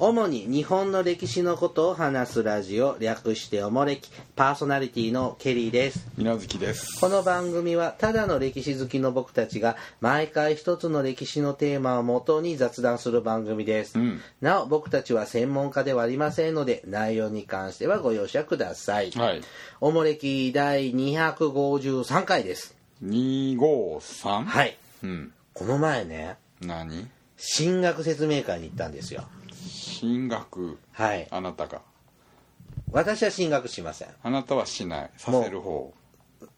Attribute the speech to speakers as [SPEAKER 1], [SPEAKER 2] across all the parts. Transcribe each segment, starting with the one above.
[SPEAKER 1] 主に日本の歴史のことを話すラジオ略しておもれきパーソナリティのケリーです
[SPEAKER 2] 稲月です
[SPEAKER 1] この番組はただの歴史好きの僕たちが毎回一つの歴史のテーマをもとに雑談する番組です、
[SPEAKER 2] うん
[SPEAKER 1] なお僕たちは専門家ではありませんので内容に関してはご容赦ください、
[SPEAKER 2] はい
[SPEAKER 1] おもれき第253回です
[SPEAKER 2] 253
[SPEAKER 1] はい
[SPEAKER 2] うん
[SPEAKER 1] この前ね
[SPEAKER 2] 何
[SPEAKER 1] 進学説明会に行ったんですよ
[SPEAKER 2] 進学
[SPEAKER 1] はい
[SPEAKER 2] あなたが
[SPEAKER 1] 私は進学しません
[SPEAKER 2] あなたはしないさせる方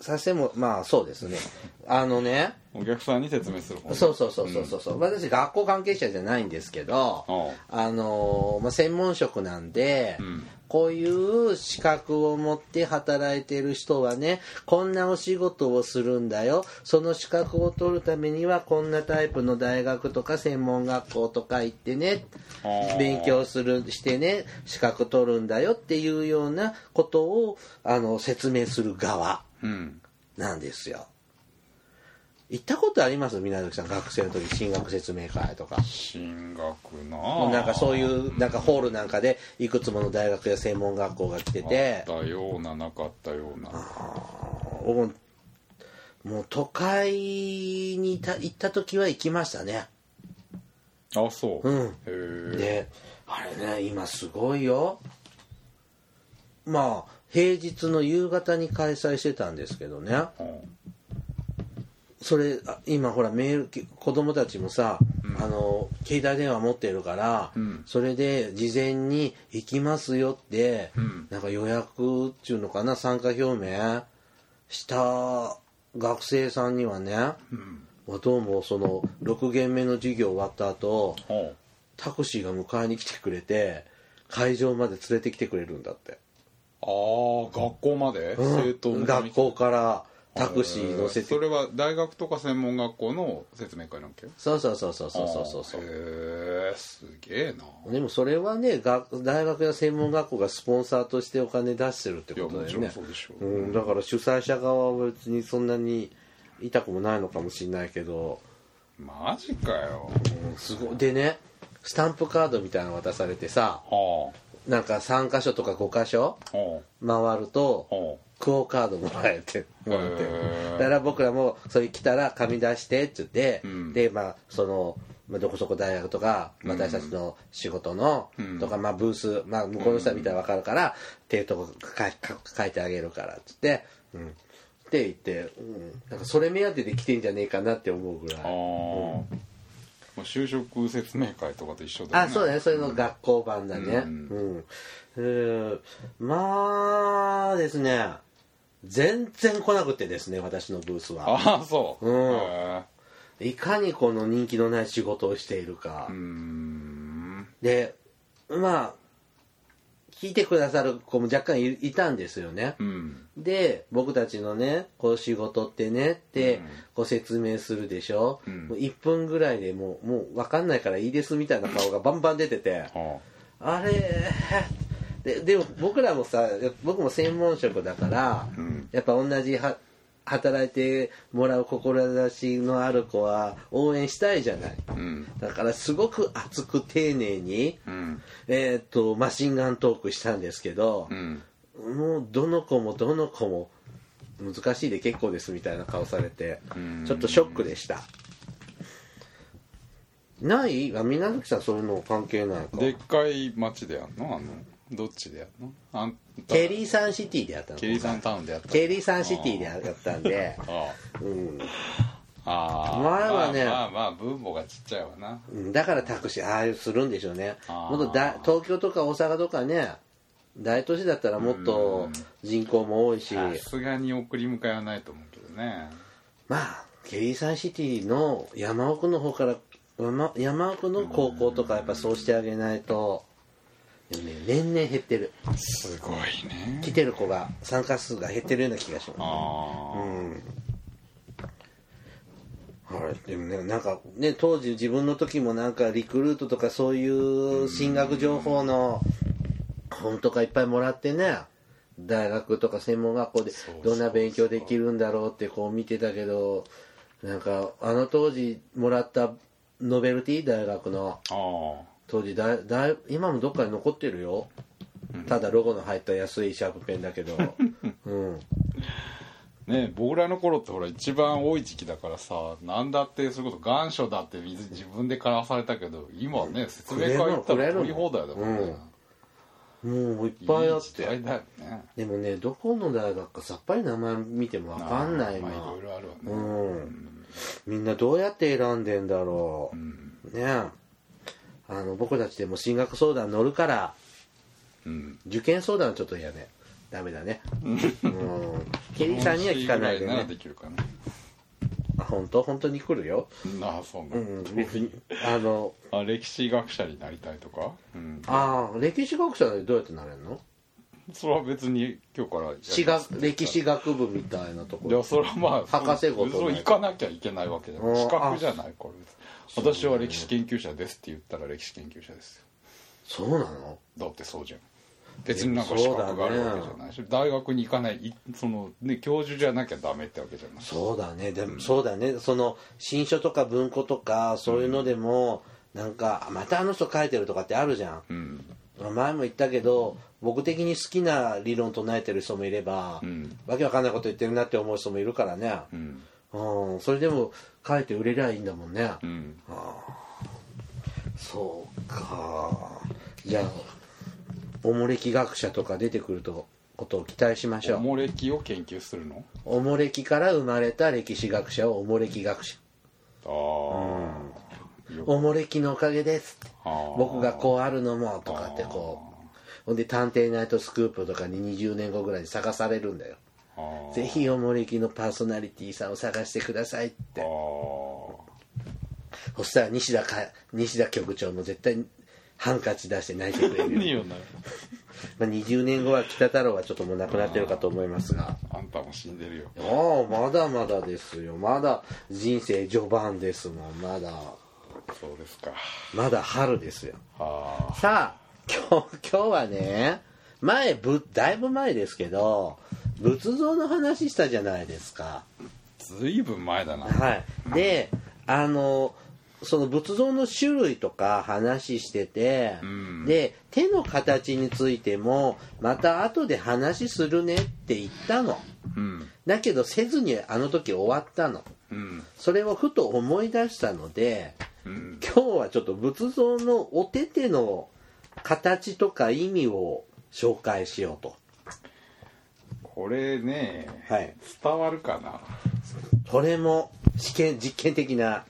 [SPEAKER 1] させもまあそうですねあのね
[SPEAKER 2] お客さんに説明する方
[SPEAKER 1] そうそうそうそうそうそう私学校関係者じゃないんですけど
[SPEAKER 2] おう
[SPEAKER 1] あのーまあ、専門職なんで、
[SPEAKER 2] ん
[SPEAKER 1] こういう資格を持って働いてる人はねこんなお仕事をするんだよその資格を取るためにはこんなタイプの大学とか専門学校とか行ってね
[SPEAKER 2] あー
[SPEAKER 1] 勉強するしてね資格取るんだよっていうようなことをあの説明する側。
[SPEAKER 2] うん
[SPEAKER 1] なんですよ。行ったことあります皆崎さん、学生の時、進学説明会とか。
[SPEAKER 2] 進学な
[SPEAKER 1] なんかそういうう、なんかホールなんかで、いくつもの大学や専門学校が来て、
[SPEAKER 2] あってたようななかったような
[SPEAKER 1] もう、もう都会にいた行った時は行きましたね。
[SPEAKER 2] あそう、
[SPEAKER 1] うん
[SPEAKER 2] へえ
[SPEAKER 1] で、あれね、今すごいよ。まあ、平日の夕方に開催してたんですけどね。それあ今ほらメールき子供たちもさ、あの携帯電話持ってるから、
[SPEAKER 2] ん
[SPEAKER 1] それで事前に行きますよって、
[SPEAKER 2] ん
[SPEAKER 1] なんか予約っていうのかな参加表明した学生さんにはね、
[SPEAKER 2] うん
[SPEAKER 1] まあどうもその6限目の授業終わった後
[SPEAKER 2] おう
[SPEAKER 1] タクシーが迎えに来てくれて会場まで連れてきてくれるんだって、
[SPEAKER 2] あー学校まで、生徒向けに
[SPEAKER 1] 学校からタクシー乗せて
[SPEAKER 2] それは大学とか専門学校の説明会なんけ
[SPEAKER 1] そうそうそうそうそうそうそうそう
[SPEAKER 2] あーへえすげえな
[SPEAKER 1] でもそれはね学大学や専門学校がスポンサーとしてお金出してるって
[SPEAKER 2] いや
[SPEAKER 1] こと
[SPEAKER 2] も
[SPEAKER 1] だ
[SPEAKER 2] ち
[SPEAKER 1] よ
[SPEAKER 2] ろん
[SPEAKER 1] ね
[SPEAKER 2] そうでしょう、
[SPEAKER 1] うん、だから主催者側は別にそんなに痛くもないのかもしれないけど、
[SPEAKER 2] マジかよ
[SPEAKER 1] うんすごいでねスタンプカードみたいなの渡されてさ
[SPEAKER 2] は
[SPEAKER 1] なんか3箇所とか5箇所
[SPEAKER 2] あは
[SPEAKER 1] 回ると
[SPEAKER 2] あは
[SPEAKER 1] クオ・カードもらえてもらって
[SPEAKER 2] へー
[SPEAKER 1] だから僕らもそれ来たら紙出してって言って、
[SPEAKER 2] うん
[SPEAKER 1] でまあその、まあ、どこそこ大学とかまあ私たちの仕事の、
[SPEAKER 2] うん
[SPEAKER 1] とか、まあ、ブース、まあ、向こうの人は見たら分かるから、っていうとこ書い書書いてあげるからっつって、うん、って言って、うん、なんかそれ目当てで来てんじゃねえかなって思うぐらい
[SPEAKER 2] ああ、もう就職説明会とかと一緒だよ
[SPEAKER 1] あ
[SPEAKER 2] ね
[SPEAKER 1] そうだねそれの学校版だねう、
[SPEAKER 2] うん
[SPEAKER 1] えーまあですね全然来なくてですね私のブースは
[SPEAKER 2] ああそう
[SPEAKER 1] うん
[SPEAKER 2] へえ
[SPEAKER 1] いかにこの人気のない仕事をしているか、
[SPEAKER 2] うーん
[SPEAKER 1] でまあ聞いてくださる子も若干いいたんですよね、
[SPEAKER 2] うん
[SPEAKER 1] で僕たちのねこう仕事ってねってご説明するでしょ、
[SPEAKER 2] ん
[SPEAKER 1] もう1分ぐらいでもうもう分かんないからいいですみたいな顔がバンバン出てて、
[SPEAKER 2] は
[SPEAKER 1] あれででも僕らもさ僕も専門職だから、
[SPEAKER 2] ん
[SPEAKER 1] やっぱ同じは働いてもらう志のある子は応援したいじゃない
[SPEAKER 2] あうん
[SPEAKER 1] だからすごく熱く丁寧に、
[SPEAKER 2] うん
[SPEAKER 1] えーっとマシンガントークしたんですけど
[SPEAKER 2] う、ん
[SPEAKER 1] もうどの子もどの子も難しいで結構ですみたいな顔されて
[SPEAKER 2] うん
[SPEAKER 1] ちょっとショックでしたないあ皆月さんそういうの関係ないか
[SPEAKER 2] でっかい町でやんのあのどっちでやんのあんた
[SPEAKER 1] ケリーサンシティでやったの
[SPEAKER 2] ケリーさんタウンでやった
[SPEAKER 1] ケリーサンシティでやったん で、
[SPEAKER 2] あ
[SPEAKER 1] うん
[SPEAKER 2] あああ
[SPEAKER 1] 前はね
[SPEAKER 2] まあまあまあ分母がちっちゃいわな
[SPEAKER 1] うん、だからタクシーああいうするんでしょうね
[SPEAKER 2] あー
[SPEAKER 1] もっとだ東京とか大阪とかね大都市だったらもっと人口も多いし
[SPEAKER 2] さすがに送り迎えはないと思うけどね
[SPEAKER 1] まあケリーサンシティの山奥の方から山山奥の高校とかやっぱそうしてあげないと、でもね、年々減ってる
[SPEAKER 2] すごいね
[SPEAKER 1] 来てる子が参加数が減ってるような気がします
[SPEAKER 2] ああ、
[SPEAKER 1] うんはい、でもねなんかね当時自分の時もなんかリクルートとかそういう進学情報の本とかいっぱいもらってね大学とか専門学校で
[SPEAKER 2] そうそう
[SPEAKER 1] どんな勉強できるんだろうってこう見てたけどなんかあの当時もらったノベルティ大学の
[SPEAKER 2] ああ
[SPEAKER 1] 当時だいだい今もどっかに残ってるよ、ただロゴの入った安いシャープペンだけ どうん
[SPEAKER 2] ね僕らの頃ってほら一番多い時期だからさなんだってそういうこと願書だって自自分でからされたけど今ね説明会行った
[SPEAKER 1] くれ
[SPEAKER 2] ら
[SPEAKER 1] るの
[SPEAKER 2] 取り放題だもんね、
[SPEAKER 1] う
[SPEAKER 2] うんん、
[SPEAKER 1] もういっぱいあって
[SPEAKER 2] いい時代だよね
[SPEAKER 1] でもねどこの大学かさっぱり名前見てもわかんないな、
[SPEAKER 2] まあいろいろあるわね、
[SPEAKER 1] うん、みんなどうやって選んでんだろう、ねえあの僕たちでも進学相談乗るから
[SPEAKER 2] うん
[SPEAKER 1] 受験相談はちょっと嫌ねダメだねうんケリーさんには聞かないで
[SPEAKER 2] もう一人ぐらなら
[SPEAKER 1] ね
[SPEAKER 2] できるかね
[SPEAKER 1] あ本当本当に来るよ、
[SPEAKER 2] ああそう
[SPEAKER 1] う
[SPEAKER 2] なん
[SPEAKER 1] ん、僕にあの
[SPEAKER 2] あ歴史学者になりたいとか、うん、
[SPEAKER 1] ああ歴史学者でどうやってなれるの
[SPEAKER 2] それは別に今日からやります
[SPEAKER 1] 史学歴史学部みたいなとこ
[SPEAKER 2] いや
[SPEAKER 1] ろ
[SPEAKER 2] それはまあ
[SPEAKER 1] 博士号取らないと
[SPEAKER 2] そう行かなきゃいけないわけじゃ
[SPEAKER 1] う
[SPEAKER 2] なんい資格じゃないこれ別に私は歴史研究者ですって言ったら歴史研究者ですよ
[SPEAKER 1] そうなの
[SPEAKER 2] だってそうじゃん別になんか資格があるわけじゃないし、大学に行かないいその、ね、教授じゃなきゃダメってわけじゃない
[SPEAKER 1] そうだねでもそうだねその新書とか文庫とかそういうのでも、なんかまたあの人書いてるとかってあるじゃん、
[SPEAKER 2] うん
[SPEAKER 1] 前も言ったけど僕的に好きな理論唱えてる人もいれば、
[SPEAKER 2] うん
[SPEAKER 1] わけわかんないこと言ってるなって思う人もいるからね、
[SPEAKER 2] うん
[SPEAKER 1] うんそれでも書いて売れりゃいいんだもんね、
[SPEAKER 2] うん
[SPEAKER 1] そうかじゃあおもれき学者とか出てくるとことを期待しましょ
[SPEAKER 2] お
[SPEAKER 1] う
[SPEAKER 2] もれきを研究するの
[SPEAKER 1] おもれきから生まれた歴史学者をおもれき学者
[SPEAKER 2] ああ、よ
[SPEAKER 1] おもれきのおかげです
[SPEAKER 2] あー
[SPEAKER 1] 僕がこうあるのもとかってこうほんで「探偵ナイトスクープ」とかに20年後ぐらいに探されるんだよ
[SPEAKER 2] あー
[SPEAKER 1] ぜひおもれきのパーソナリティさんを探してくださいっ
[SPEAKER 2] あ
[SPEAKER 1] て
[SPEAKER 2] ー
[SPEAKER 1] そしたら西田か西田局長も絶対ハンカチ出して泣いてくれる
[SPEAKER 2] 何
[SPEAKER 1] よ、
[SPEAKER 2] よな
[SPEAKER 1] まあ、20年後は北太郎はちょっともう亡くなってるかと思いますが
[SPEAKER 2] あんたも死んでるよ
[SPEAKER 1] ああまだまだですよまだ人生序盤ですもんまだ
[SPEAKER 2] そうですか
[SPEAKER 1] まだ春ですよ
[SPEAKER 2] ああ
[SPEAKER 1] さあ今日今日はね前ぶだいぶ前ですけど仏像の話したじゃないですか
[SPEAKER 2] ずいぶん前だな
[SPEAKER 1] はい、であのその仏像の種類とか話してて、
[SPEAKER 2] ん
[SPEAKER 1] で手の形についてもまた後で話するねって言ったの
[SPEAKER 2] うん
[SPEAKER 1] だけどせずにあの時終わったの
[SPEAKER 2] うん
[SPEAKER 1] それをふと思い出したので
[SPEAKER 2] うん
[SPEAKER 1] 今日はちょっと仏像のお手手の形とか意味を紹介しようと
[SPEAKER 2] これね、
[SPEAKER 1] はい
[SPEAKER 2] 伝わるかな
[SPEAKER 1] これも試験実験的な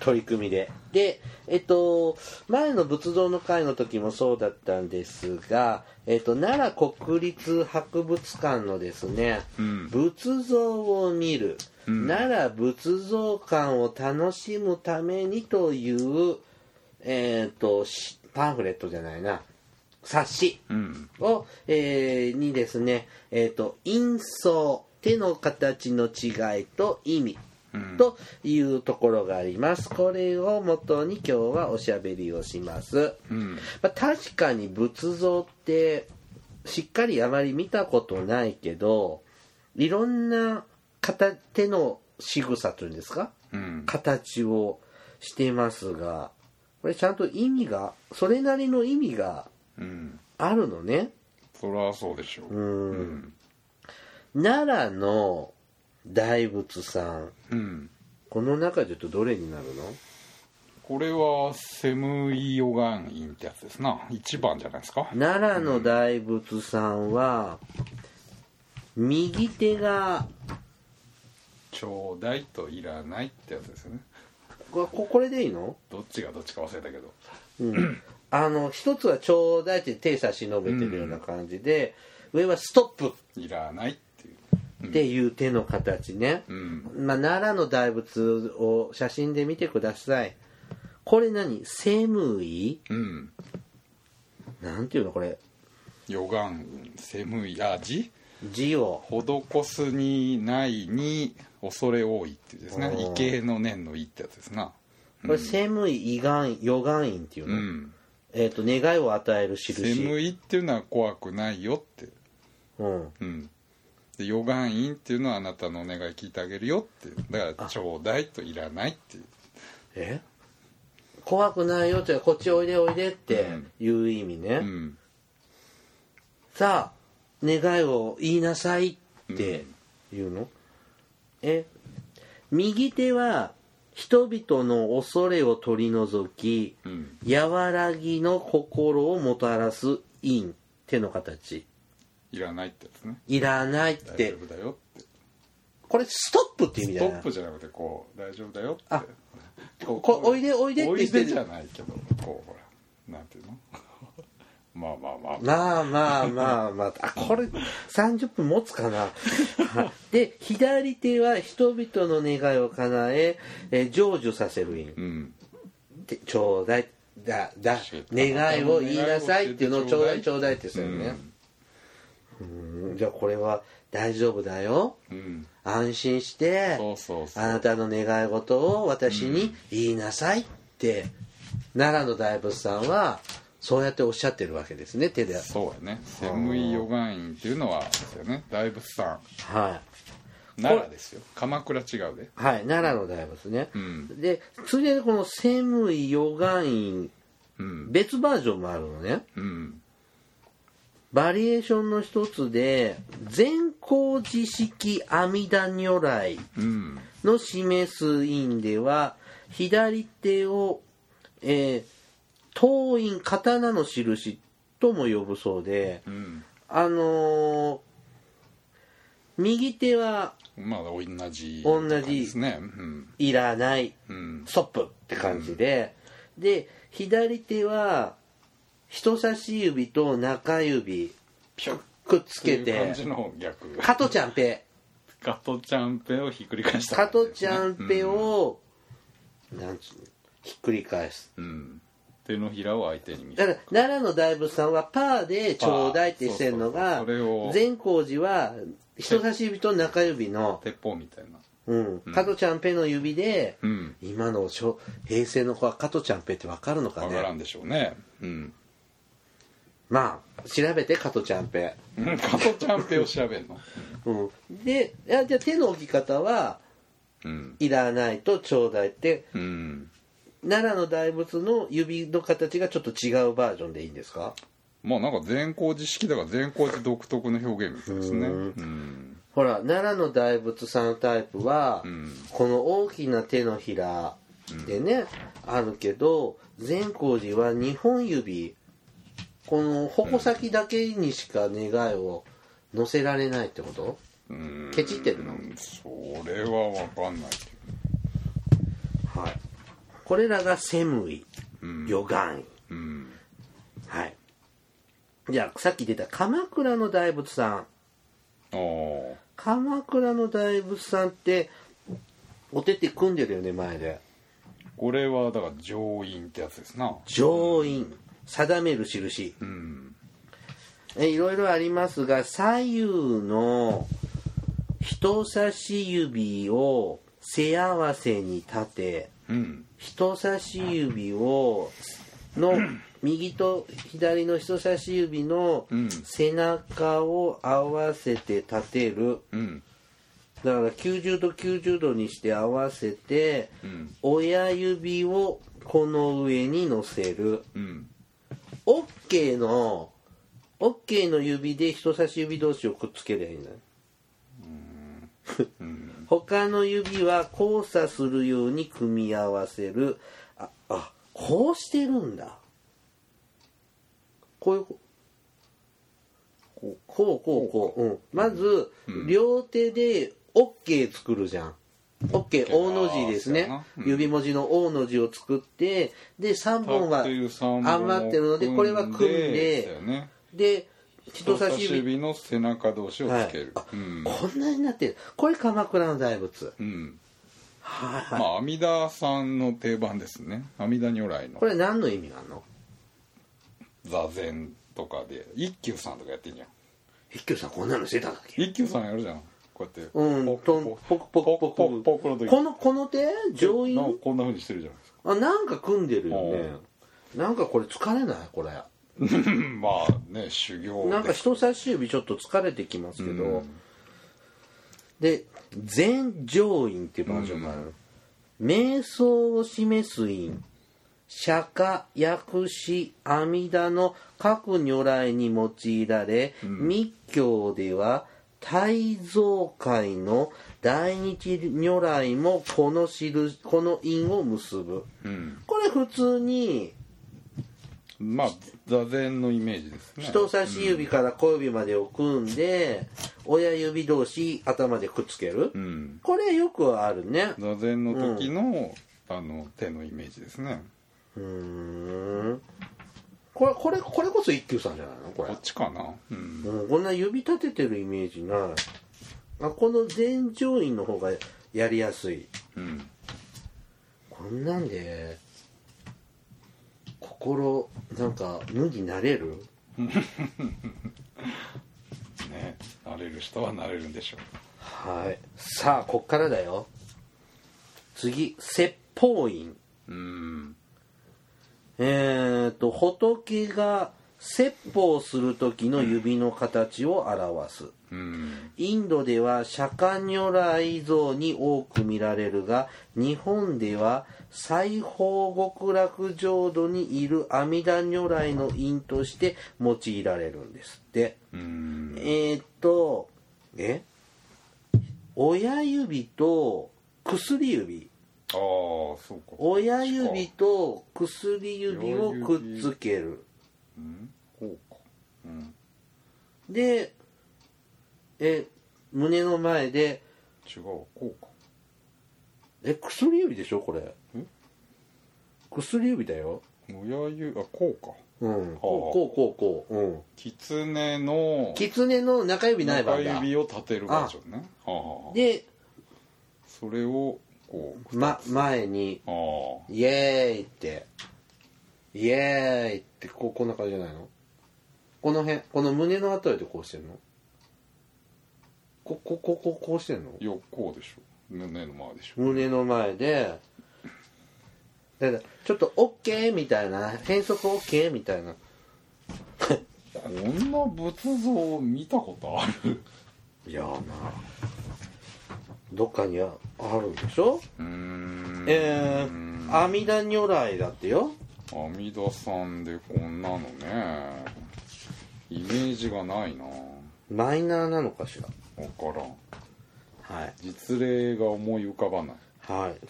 [SPEAKER 1] 取り組みででえっと前の仏像の会の時もそうだったんですが、えっと、奈良国立博物館のですね、
[SPEAKER 2] うん
[SPEAKER 1] 仏像を見る、奈良仏像館を楽しむためにという、えっとしパンフレットじゃないな冊子
[SPEAKER 2] うん
[SPEAKER 1] を、えーにですね、えー、と印相手の形の違いと意味
[SPEAKER 2] うん
[SPEAKER 1] というところがありますこれを元に今日はおしゃべりをします、
[SPEAKER 2] うん
[SPEAKER 1] まあ、確かに仏像ってしっかりあまり見たことないけどいろんな片手の仕草というんですか
[SPEAKER 2] うん
[SPEAKER 1] 形をしてますがこれちゃんと意味がそれなりの意味が
[SPEAKER 2] うん
[SPEAKER 1] あるのね
[SPEAKER 2] そりゃそうでしょう
[SPEAKER 1] うん
[SPEAKER 2] うん
[SPEAKER 1] 奈良の大仏さん
[SPEAKER 2] うん
[SPEAKER 1] この中で言うとどれになるの
[SPEAKER 2] これはセムイヨガンインってやつですな一番じゃないですか
[SPEAKER 1] 奈良の大仏さんは右手が
[SPEAKER 2] ちょうだいといらないってやつですよね
[SPEAKER 1] こここれでいいの、
[SPEAKER 2] どっちがどっちか忘れたけど
[SPEAKER 1] うん、あの一つはちょうだいって手差し伸べてるような感じで、上はストッ
[SPEAKER 2] いらないっていう
[SPEAKER 1] プっていう手の形ね、
[SPEAKER 2] うん
[SPEAKER 1] まあ、奈良の大仏を写真で見てくださいこれ何セムイ
[SPEAKER 2] うん
[SPEAKER 1] なんていうのこれ
[SPEAKER 2] ヨガンセムイアジ
[SPEAKER 1] 字を
[SPEAKER 2] 施すにないに恐れ多いっていうですね
[SPEAKER 1] おー
[SPEAKER 2] 畏敬の念のいいってやつですな
[SPEAKER 1] これ、セムイ、イガン、ヨガンインっていう
[SPEAKER 2] う
[SPEAKER 1] の、
[SPEAKER 2] ん
[SPEAKER 1] えっ、と、願いを与える
[SPEAKER 2] セ
[SPEAKER 1] 印。
[SPEAKER 2] ムイっていうのは怖くないよって
[SPEAKER 1] うん。
[SPEAKER 2] うんでヨガンインっていうのはあなたのお願い聞いてあげるよっていうだからちょうだいといらないっていう
[SPEAKER 1] え怖くないよというかこっちおいでおいでっていう意味ね、
[SPEAKER 2] うん
[SPEAKER 1] さあ願いを言いなさいっていうの、え右手は人々の恐れを取り除き、
[SPEAKER 2] うん
[SPEAKER 1] 和らぎの心をもたらす陰手の形
[SPEAKER 2] いらないってやつね
[SPEAKER 1] いらないっ
[SPEAKER 2] 大
[SPEAKER 1] て
[SPEAKER 2] 丈夫だよって
[SPEAKER 1] これストップって意味
[SPEAKER 2] ス
[SPEAKER 1] だ
[SPEAKER 2] ト
[SPEAKER 1] よ
[SPEAKER 2] ップじゃなくてこう大丈夫だよって
[SPEAKER 1] あ
[SPEAKER 2] こう
[SPEAKER 1] こおいでおいでって
[SPEAKER 2] お
[SPEAKER 1] 言
[SPEAKER 2] い
[SPEAKER 1] ってる
[SPEAKER 2] でじゃないけどこうほらなんていうの まあまあまあ
[SPEAKER 1] まあまあまあま あ、あ、これ30分持つかな。 で、左手は人々の願いを叶え、えー成就させる因。
[SPEAKER 2] うん
[SPEAKER 1] でちょうだい、だ、だ
[SPEAKER 2] 教え、て
[SPEAKER 1] 願いを言いなさいっていうのをち
[SPEAKER 2] ち
[SPEAKER 1] ょ
[SPEAKER 2] ょ
[SPEAKER 1] う
[SPEAKER 2] う
[SPEAKER 1] だ
[SPEAKER 2] だ
[SPEAKER 1] い
[SPEAKER 2] い
[SPEAKER 1] ちょうだいって言うんですよね。うんじゃあこれは大丈夫だよ。
[SPEAKER 2] うん
[SPEAKER 1] 安心して、
[SPEAKER 2] そうそうそう
[SPEAKER 1] あなたの願い事を私に言いなさいって、奈良の大仏さんは、そうやっておっしゃってるわけですね、手で。
[SPEAKER 2] そうやね専務医予願院っていうのはですよね大仏さん
[SPEAKER 1] はい。
[SPEAKER 2] 奈良ですよ鎌倉違うで
[SPEAKER 1] はい、奈良の大仏ね、
[SPEAKER 2] うん
[SPEAKER 1] でついでにこの専務医予願院
[SPEAKER 2] うん
[SPEAKER 1] 別バージョンもあるのね
[SPEAKER 2] うん
[SPEAKER 1] バリエーションの一つで善光寺式阿弥陀如来
[SPEAKER 2] うん
[SPEAKER 1] の示す印では左手を、えー、刀印刀の印とも呼ぶそうで
[SPEAKER 2] うん
[SPEAKER 1] あのー右手は
[SPEAKER 2] まあ同じ
[SPEAKER 1] 同じ
[SPEAKER 2] ですねうん
[SPEAKER 1] いらない
[SPEAKER 2] うん
[SPEAKER 1] ストップって感じで、で左手は人差し指と中指
[SPEAKER 2] ピュッ
[SPEAKER 1] くっつけ
[SPEAKER 2] っていう
[SPEAKER 1] て
[SPEAKER 2] 感じの逆
[SPEAKER 1] 加トちゃんぺ
[SPEAKER 2] 加藤ちゃんペをひっくり返した
[SPEAKER 1] 加
[SPEAKER 2] 感じ
[SPEAKER 1] ト
[SPEAKER 2] で
[SPEAKER 1] ち
[SPEAKER 2] すね
[SPEAKER 1] ゃんぺを、なんつうのひっくり返す
[SPEAKER 2] うんうん手のひらを相手に見
[SPEAKER 1] だ
[SPEAKER 2] せる
[SPEAKER 1] から奈良の大仏さんはパーでちょうだいってしてるのが
[SPEAKER 2] パーそうそうそうそれ
[SPEAKER 1] 善光寺は人差し指と中指の、
[SPEAKER 2] 鉄砲みたいな
[SPEAKER 1] うん、加トちゃんぺの指で、
[SPEAKER 2] うん
[SPEAKER 1] 今の小平成の子は加トちゃんぺってわかるのか
[SPEAKER 2] わ
[SPEAKER 1] ね
[SPEAKER 2] からんでしょうねうん
[SPEAKER 1] まあ調べて加トちゃんぺ
[SPEAKER 2] うん 加藤ちゃんペを調べるの
[SPEAKER 1] うん、でいやじゃあ手の置き方は
[SPEAKER 2] うん
[SPEAKER 1] いらないとちょうだいって
[SPEAKER 2] うん
[SPEAKER 1] 奈良の大仏の指の形がちょっと違うバージョンでいいんですか
[SPEAKER 2] まあなんか善光寺式だから善光寺独特の表現みたいですねうん
[SPEAKER 1] ほら奈良の大仏さんのタイプは、
[SPEAKER 2] ん
[SPEAKER 1] この大きな手のひらでね、あるけど善光寺は2本指この矛先だけにしか願いを乗せられないってこと、
[SPEAKER 2] うん
[SPEAKER 1] ケチってるの、
[SPEAKER 2] それはわかんないけど
[SPEAKER 1] はい、これらがセムイ、
[SPEAKER 2] うん
[SPEAKER 1] ヨガンイ
[SPEAKER 2] うん
[SPEAKER 1] はい。じゃあ、さっき出た鎌倉の大仏さん。
[SPEAKER 2] ああ
[SPEAKER 1] 鎌倉の大仏さんって、お手手組んでるよね、前で。
[SPEAKER 2] これはだから上院ってやつですな
[SPEAKER 1] 上院。定める印。
[SPEAKER 2] うん
[SPEAKER 1] えいろいろありますが、左右の人差し指を背合わせに立て、
[SPEAKER 2] うん
[SPEAKER 1] 人差し指を の右と左の人差し指の
[SPEAKER 2] うん
[SPEAKER 1] 背中を合わせて立てる
[SPEAKER 2] うん
[SPEAKER 1] だから90度90度にして合わせて
[SPEAKER 2] うん
[SPEAKER 1] 親指をこの上に乗せる
[SPEAKER 2] うん
[SPEAKER 1] OK の OK の指で人差し指同士をくっつけりゃいいんだよ
[SPEAKER 2] うん
[SPEAKER 1] 他の指は交差するように組み合わせるああこうしてるんだこういうここうこうこうこう、うん、まず、
[SPEAKER 2] うん
[SPEAKER 1] 両手で OK 作るじゃん OK 大の字です
[SPEAKER 2] そうや
[SPEAKER 1] ね
[SPEAKER 2] な、うん
[SPEAKER 1] 指文字の大の字を作ってで3本は
[SPEAKER 2] 立ってる三本を
[SPEAKER 1] 余ってるのでこれは組ん
[SPEAKER 2] だよ
[SPEAKER 1] で
[SPEAKER 2] ね
[SPEAKER 1] で人
[SPEAKER 2] 人
[SPEAKER 1] 差
[SPEAKER 2] 差
[SPEAKER 1] し
[SPEAKER 2] し
[SPEAKER 1] 指
[SPEAKER 2] 指の背中同士を
[SPEAKER 1] はい
[SPEAKER 2] つける、
[SPEAKER 1] あ
[SPEAKER 2] うん、
[SPEAKER 1] こんなになってるこれ鎌倉の大仏
[SPEAKER 2] うん、
[SPEAKER 1] はい
[SPEAKER 2] まあ阿弥陀さんの定番ですね阿弥陀如来の
[SPEAKER 1] これ何の意味があるの
[SPEAKER 2] 座禅とかで一休さんとかやってんじゃん
[SPEAKER 1] 一休さんこんなのしてたんだっけ
[SPEAKER 2] 一休さんやるじゃんこうやって
[SPEAKER 1] うん
[SPEAKER 2] ポ
[SPEAKER 1] とん
[SPEAKER 2] ッ
[SPEAKER 1] ポクポクポク
[SPEAKER 2] ポクポクの時
[SPEAKER 1] このこの手上
[SPEAKER 2] なん
[SPEAKER 1] 院
[SPEAKER 2] かこんなふうにしてるじゃないですか
[SPEAKER 1] あなんか組んでるよねなんかこれ疲れないこれ
[SPEAKER 2] まあね修行
[SPEAKER 1] なんか
[SPEAKER 2] です
[SPEAKER 1] 人差し指ちょっと疲れてきますけど、
[SPEAKER 2] うん
[SPEAKER 1] で全上院っていうバージョンがある、瞑想を示す院釈迦薬師阿弥陀の各如来に用いられ、密教では大蔵界の大日如来もこの印この因を結ぶ
[SPEAKER 2] うん
[SPEAKER 1] これ普通に
[SPEAKER 2] まあ座禅のイメージですね
[SPEAKER 1] 人差し指から小指までを組んで親指同士頭でくっつける
[SPEAKER 2] うん
[SPEAKER 1] これよくあるね
[SPEAKER 2] 座禅の時の、あの手のイメージですね
[SPEAKER 1] うーんこれこれこれこそ一休さんじゃないのこ
[SPEAKER 2] こ
[SPEAKER 1] れ
[SPEAKER 2] っちかなうん
[SPEAKER 1] うん、こんな指立ててるイメージないあこの前上院の方がやりやすい
[SPEAKER 2] うん
[SPEAKER 1] こんなんで心なんか無になれる
[SPEAKER 2] ね慣れる人は慣れるんでしょ
[SPEAKER 1] はいさあこっからだよ次説法院
[SPEAKER 2] ううん
[SPEAKER 1] えー、と仏が説法する時の指の形を表す
[SPEAKER 2] うん
[SPEAKER 1] インドでは釈迦如来像に多く見られるが日本では西方極楽浄土にいる阿弥陀如来の印として用いられるんですって
[SPEAKER 2] うん
[SPEAKER 1] えーっとえ親指と薬指
[SPEAKER 2] ああそうか
[SPEAKER 1] 親指と薬指をくっつける
[SPEAKER 2] うんこうかうん
[SPEAKER 1] でえ胸の前で
[SPEAKER 2] 違うこうか
[SPEAKER 1] え薬指でしょこれ薬指だよ
[SPEAKER 2] 親指あこうか
[SPEAKER 1] うんこうこうこうこううん
[SPEAKER 2] 狐の
[SPEAKER 1] 狐の中指ない場
[SPEAKER 2] 中
[SPEAKER 1] 合だ
[SPEAKER 2] 指を立てるバージョンねはあはあ
[SPEAKER 1] で、
[SPEAKER 2] それをこう
[SPEAKER 1] ま、前に
[SPEAKER 2] ああ
[SPEAKER 1] イエーイってイエーイってこうこんな感じじゃないのこの辺この胸のあたりでこうしてんのこここここうしてんの
[SPEAKER 2] 横こうでしょ胸の前でしょ
[SPEAKER 1] 胸の前でだからちょっと OK みたいな変則 OK みたいな
[SPEAKER 2] こんな仏像見たことある
[SPEAKER 1] いやーなどっかにああるんでしょ
[SPEAKER 2] うーん
[SPEAKER 1] えー、阿弥陀如来だってよ
[SPEAKER 2] 阿弥陀さんでこんなのねイメージがないな
[SPEAKER 1] マイナーなのかしら
[SPEAKER 2] 分からん
[SPEAKER 1] はい
[SPEAKER 2] 実例が思い浮かばない
[SPEAKER 1] はい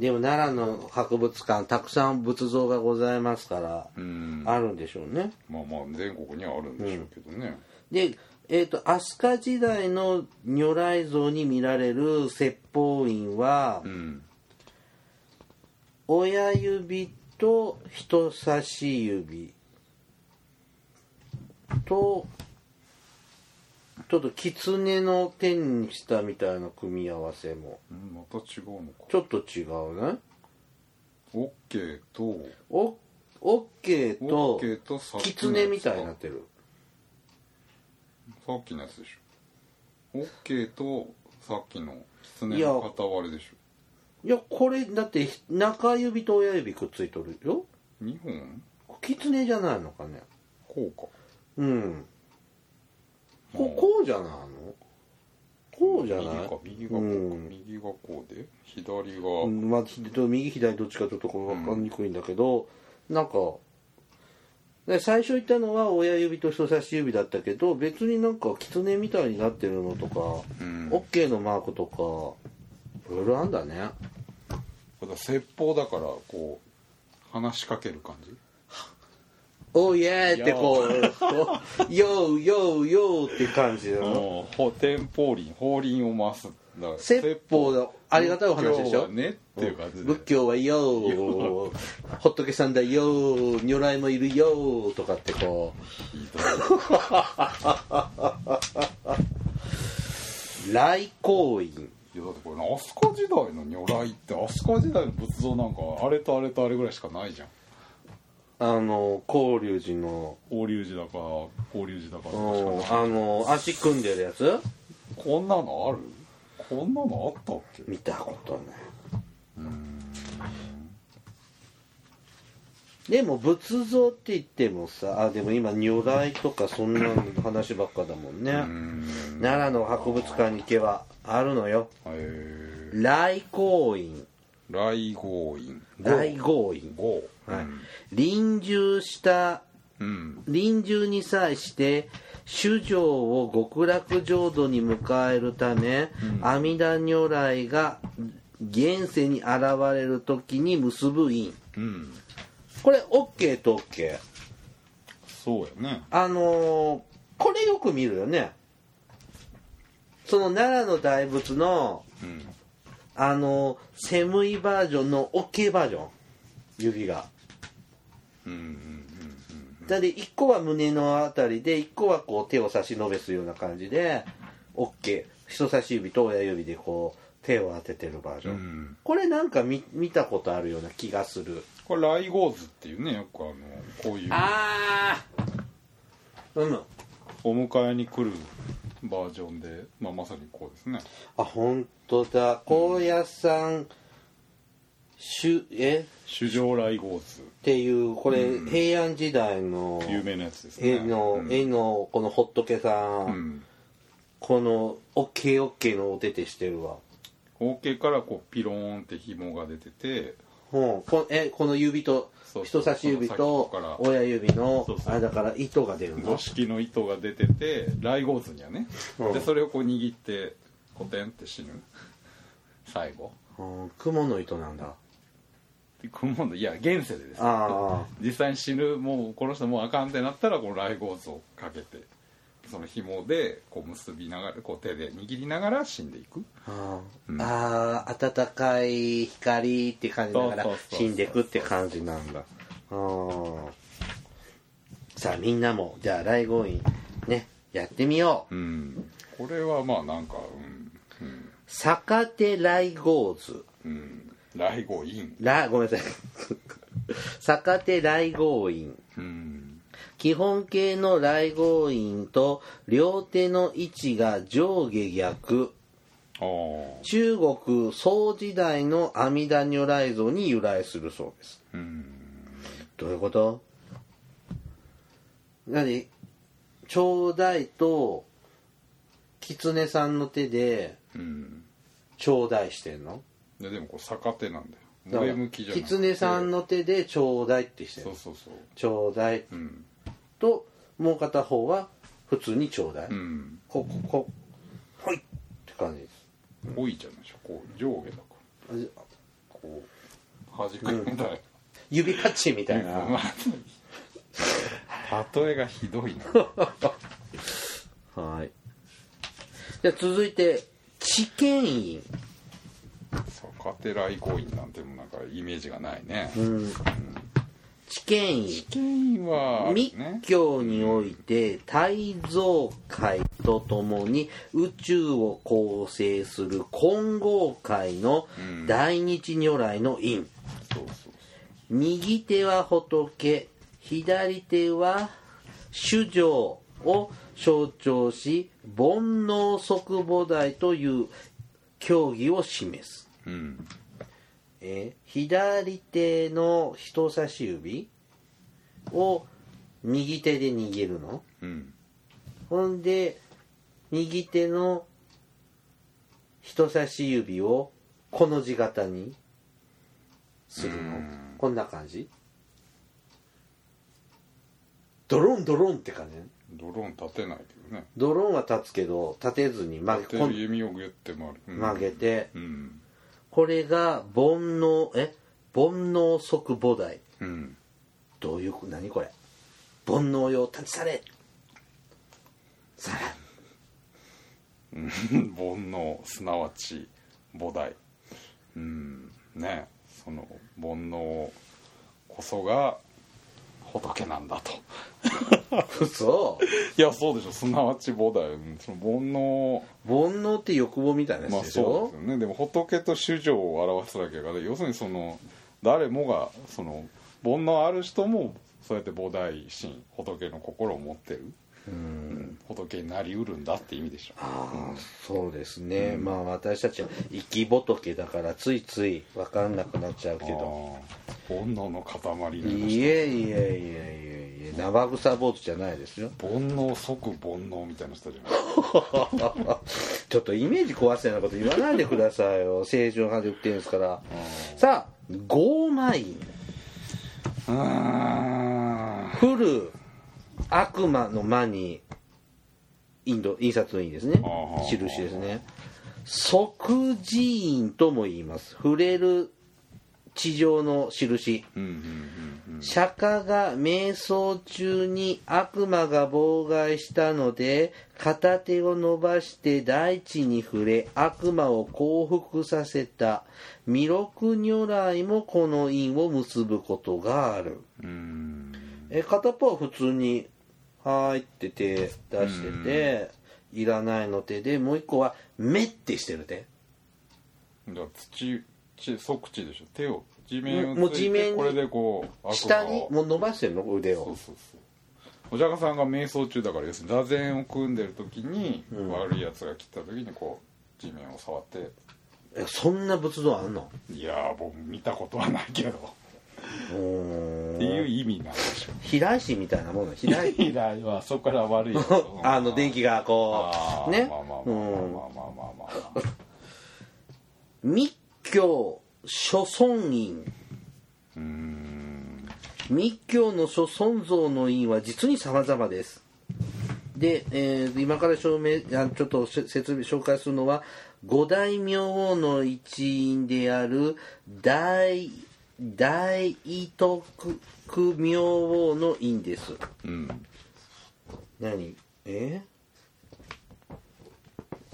[SPEAKER 1] でも奈良の博物館たくさん仏像がございますから
[SPEAKER 2] うんまあ
[SPEAKER 1] あるんでしょうね
[SPEAKER 2] まあ全国にはあるんでしょうけどね、
[SPEAKER 1] でえー、と飛鳥時代の如来像に見られる説法院は、
[SPEAKER 2] うん
[SPEAKER 1] 親指と人差し指とちょっと狐の手にしたみたいな組み合わせも
[SPEAKER 2] うんまた違うのか
[SPEAKER 1] ちょっと違うね
[SPEAKER 2] オッケーと
[SPEAKER 1] オッケー
[SPEAKER 2] オ
[SPEAKER 1] と
[SPEAKER 2] ッケーとさっきの
[SPEAKER 1] 狐
[SPEAKER 2] や
[SPEAKER 1] み
[SPEAKER 2] つか
[SPEAKER 1] たいになってる
[SPEAKER 2] さっきのやつでしょオッケーとさっきの狐
[SPEAKER 1] いや
[SPEAKER 2] の片割れでしょ
[SPEAKER 1] いやこれだって中指と親指くっついとるよ
[SPEAKER 2] 2本
[SPEAKER 1] 狐じゃないのかね
[SPEAKER 2] こうか
[SPEAKER 1] うんこ
[SPEAKER 2] うん
[SPEAKER 1] こうじゃないのこうじゃない
[SPEAKER 2] 右か右がこうか、
[SPEAKER 1] うん
[SPEAKER 2] 右がこうで左が、
[SPEAKER 1] うんまあ、ひ右左どっちかちょっとこれ分かりにくいんだけど、なんかで最初言ったのは親指と人差し指だったけど別になんか狐みたいになってるのとか、
[SPEAKER 2] うん
[SPEAKER 1] オッ OK のマークとかいろいろあんだね
[SPEAKER 2] ただ説法だからこう話しかける感じ
[SPEAKER 1] 「おいえー!」ってこう「ようようよう」って感じだな
[SPEAKER 2] うんほ天法輪法輪を回すだから
[SPEAKER 1] 説法だありがたいお話でし
[SPEAKER 2] 仏教
[SPEAKER 1] ょ
[SPEAKER 2] はねっていう感じで
[SPEAKER 1] 仏教は「よう」「仏さんだよう」「如来もいるよう」とかってこう。
[SPEAKER 2] ひ
[SPEAKER 1] 来光院
[SPEAKER 2] どいいやだってこれ飛鳥時代の如来って飛鳥時代の仏像なんかあれとあれとあれぐらいしかないじゃん
[SPEAKER 1] あの広隆寺の
[SPEAKER 2] 法隆寺だか法隆寺だか
[SPEAKER 1] う
[SPEAKER 2] とかしかない
[SPEAKER 1] んあの足組んでるやつ
[SPEAKER 2] こんなのあるこんなのあったっけ
[SPEAKER 1] 見たことないでも仏像って言ってもさあでも今如来とかそんな話ばっかだもんね
[SPEAKER 2] うん
[SPEAKER 1] 奈良の博物館に行けばあるのよ
[SPEAKER 2] へえ
[SPEAKER 1] 来光院
[SPEAKER 2] 来合員
[SPEAKER 1] 大豪院
[SPEAKER 2] 合
[SPEAKER 1] はい臨終した
[SPEAKER 2] うん
[SPEAKER 1] 臨終に際して主情を極楽浄土に迎えるため、阿弥陀如来が現世に現れる時に結ぶ因
[SPEAKER 2] うん
[SPEAKER 1] これ OK と OK
[SPEAKER 2] そうやね
[SPEAKER 1] あのーこれよく見るよねその奈良の大仏の
[SPEAKER 2] うん
[SPEAKER 1] あのーセムイバージョンの OK バージョン指が
[SPEAKER 2] うんうん
[SPEAKER 1] だって1個は胸のあたりで1個はこう手を差し伸べすような感じで OK 人差し指と親指でこう手を当ててるバージ
[SPEAKER 2] う
[SPEAKER 1] ョ
[SPEAKER 2] んう
[SPEAKER 1] ン、
[SPEAKER 2] ん
[SPEAKER 1] これなんか見見たことあるような気がする
[SPEAKER 2] これライゴーズっていうねよくあのこういう
[SPEAKER 1] ああうん
[SPEAKER 2] お迎えに来るバージョンで、まあ、まさにこうですね
[SPEAKER 1] あ本当だ高野山しゅえ
[SPEAKER 2] 「主上ライゴーズ
[SPEAKER 1] っていうこれ、平安時代の」
[SPEAKER 2] 有名なやつですね
[SPEAKER 1] 絵の、
[SPEAKER 2] うん
[SPEAKER 1] 絵のこの仏さん、
[SPEAKER 2] うん
[SPEAKER 1] この OKOK のお手手してるわ、
[SPEAKER 2] OK からこうピローンって紐が出てて
[SPEAKER 1] うん、こえこの指と
[SPEAKER 2] そうそ
[SPEAKER 1] 人
[SPEAKER 2] う
[SPEAKER 1] 差し指と
[SPEAKER 2] この先っぽから
[SPEAKER 1] 親指の
[SPEAKER 2] そうそう
[SPEAKER 1] あれだから糸が出る
[SPEAKER 2] 五
[SPEAKER 1] の
[SPEAKER 2] 色の糸が出ててライゴーズにはね
[SPEAKER 1] うん
[SPEAKER 2] でそれをこう握ってコテンって死ぬ最後
[SPEAKER 1] うん雲の糸なんだ
[SPEAKER 2] で雲のいや現世でですね
[SPEAKER 1] あ
[SPEAKER 2] 実際に死ぬもうこの人もうあかんってなったらこのライゴーズをかけてその紐でこう結びながらこう手で握りながら死んでいく
[SPEAKER 1] ーあー、
[SPEAKER 2] うん
[SPEAKER 1] あー暖かい光って感じながら
[SPEAKER 2] そうそうそう
[SPEAKER 1] 死んでくって感じなんだあーさあみんなもじゃあ来合院ねやってみよう
[SPEAKER 2] うんこれはまあなんかうん
[SPEAKER 1] 逆手来合図
[SPEAKER 2] うんライゴイン
[SPEAKER 1] らごめんなさい 逆手来合院
[SPEAKER 2] うん
[SPEAKER 1] 基本形の来合印と両手の位置が上下逆
[SPEAKER 2] ああ
[SPEAKER 1] 中国宋時代の阿弥陀如来像に由来するそうです
[SPEAKER 2] うん
[SPEAKER 1] どういうこと何頂戴と狐さんの手で
[SPEAKER 2] うん
[SPEAKER 1] 頂戴してんの
[SPEAKER 2] いやでもこう逆手なんだ
[SPEAKER 1] だ
[SPEAKER 2] よ
[SPEAKER 1] から
[SPEAKER 2] 上向きじゃなくて
[SPEAKER 1] 狐さんの手で頂戴ってしてん
[SPEAKER 2] そう
[SPEAKER 1] の
[SPEAKER 2] そうそう
[SPEAKER 1] 頂戴
[SPEAKER 2] うん
[SPEAKER 1] ともう片方は普通に頂戴、
[SPEAKER 2] うん
[SPEAKER 1] こここほいって感じです
[SPEAKER 2] 多いじゃないでしょこう上下だからこう弾くみたい
[SPEAKER 1] 指パッチンみたい
[SPEAKER 2] な、ま
[SPEAKER 1] な、
[SPEAKER 2] あ 例えがひどいな
[SPEAKER 1] はいじゃあ続いて知見院、
[SPEAKER 2] 逆手来行員なんてもうなんかイメージがないね
[SPEAKER 1] うん、知見院
[SPEAKER 2] 危険員はある
[SPEAKER 1] 密
[SPEAKER 2] ね
[SPEAKER 1] 教において大蔵界とともに宇宙を構成する混合界の
[SPEAKER 2] うん
[SPEAKER 1] 大日如来の院、
[SPEAKER 2] そうそう
[SPEAKER 1] 右手は仏左手は主情を象徴し煩悩即菩提という教義を示す、
[SPEAKER 2] そううん
[SPEAKER 1] えー左手の人差し指を右手で握るの
[SPEAKER 2] うん
[SPEAKER 1] ほんで右手の人差し指をこの字型にするの
[SPEAKER 2] うん
[SPEAKER 1] こんな感じドロンドロンって感じね
[SPEAKER 2] ドローン立てないけどね
[SPEAKER 1] ドロンは立つけど立てずに曲
[SPEAKER 2] 立て
[SPEAKER 1] げこ
[SPEAKER 2] る
[SPEAKER 1] ん
[SPEAKER 2] 弓をギュッて回る、うん
[SPEAKER 1] 曲げて
[SPEAKER 2] うん
[SPEAKER 1] これが煩悩え煩悩即菩提
[SPEAKER 2] うん
[SPEAKER 1] どういう何これ煩悩よ立ち去れさら
[SPEAKER 2] うん煩悩すなわち菩提うんねその煩悩こそが仏なんだと
[SPEAKER 1] 嘘
[SPEAKER 2] いやそうでしょすなわち菩提うんその煩悩
[SPEAKER 1] 煩悩って欲望みたいなや
[SPEAKER 2] まあ
[SPEAKER 1] つでしょ、
[SPEAKER 2] そうですよねでも仏と主情を表すだけが要するにその誰もがその煩悩ある人もそうやって菩提心仏の心を持ってる
[SPEAKER 1] うん
[SPEAKER 2] 仏になりうるんだって意味でしょ
[SPEAKER 1] ああそうですね、まあ私たちは生き仏だからついつい分かんなくなっちゃうけど
[SPEAKER 2] あー煩悩の塊
[SPEAKER 1] いえいえいえいえいえー生臭坊主じゃないですよ
[SPEAKER 2] 煩悩即煩悩みたいな人じゃない
[SPEAKER 1] ちょっとイメージ壊すようなこと言わないでくださいよ 青春派で売ってるんですからさあ傲慢院
[SPEAKER 2] うーん
[SPEAKER 1] フル悪魔の魔にインド印刷の印ですね
[SPEAKER 2] あー
[SPEAKER 1] 印ですね即寺院とも言います触れる地上の印
[SPEAKER 2] うんうんうんうん
[SPEAKER 1] 釈迦が瞑想中に悪魔が妨害したので片手を伸ばして大地に触れ悪魔を降伏させた弥勒如来もこの因を結ぶことがある
[SPEAKER 2] うん
[SPEAKER 1] え片っぽは普通に「はーい」って手出してていらないの手でもう一個は「め」ってしてる手
[SPEAKER 2] だから土地即地でしょ手を地面
[SPEAKER 1] も
[SPEAKER 2] を
[SPEAKER 1] う
[SPEAKER 2] つい
[SPEAKER 1] 地面
[SPEAKER 2] て
[SPEAKER 1] に
[SPEAKER 2] これでこう
[SPEAKER 1] 下
[SPEAKER 2] 悪魔
[SPEAKER 1] に
[SPEAKER 2] を
[SPEAKER 1] もう伸ばしてるの腕
[SPEAKER 2] そう
[SPEAKER 1] を
[SPEAKER 2] そうそうお釈迦さんが瞑想中だから要するに座禅を組んでる時に、悪いやつが来た時にこう地面を触って
[SPEAKER 1] えそんな仏像あんの
[SPEAKER 2] いやー僕見たことはないけど
[SPEAKER 1] うーん
[SPEAKER 2] っていう意味なんでしょ
[SPEAKER 1] 平石みたいな もの平石
[SPEAKER 2] 以来はそこから悪いやつ
[SPEAKER 1] あの電気がこ
[SPEAKER 2] あ
[SPEAKER 1] う
[SPEAKER 2] ー
[SPEAKER 1] ね
[SPEAKER 2] まあまあ
[SPEAKER 1] う
[SPEAKER 2] まあ
[SPEAKER 1] ん
[SPEAKER 2] まあまあまあまあまあ
[SPEAKER 1] 密教諸尊院
[SPEAKER 2] うーん
[SPEAKER 1] 密教の諸尊像の院は実に様々ですで、えー今から証明あちょっとせ説明紹介するのは五大明王の一員である大大威徳明王の院です
[SPEAKER 2] うん
[SPEAKER 1] 何え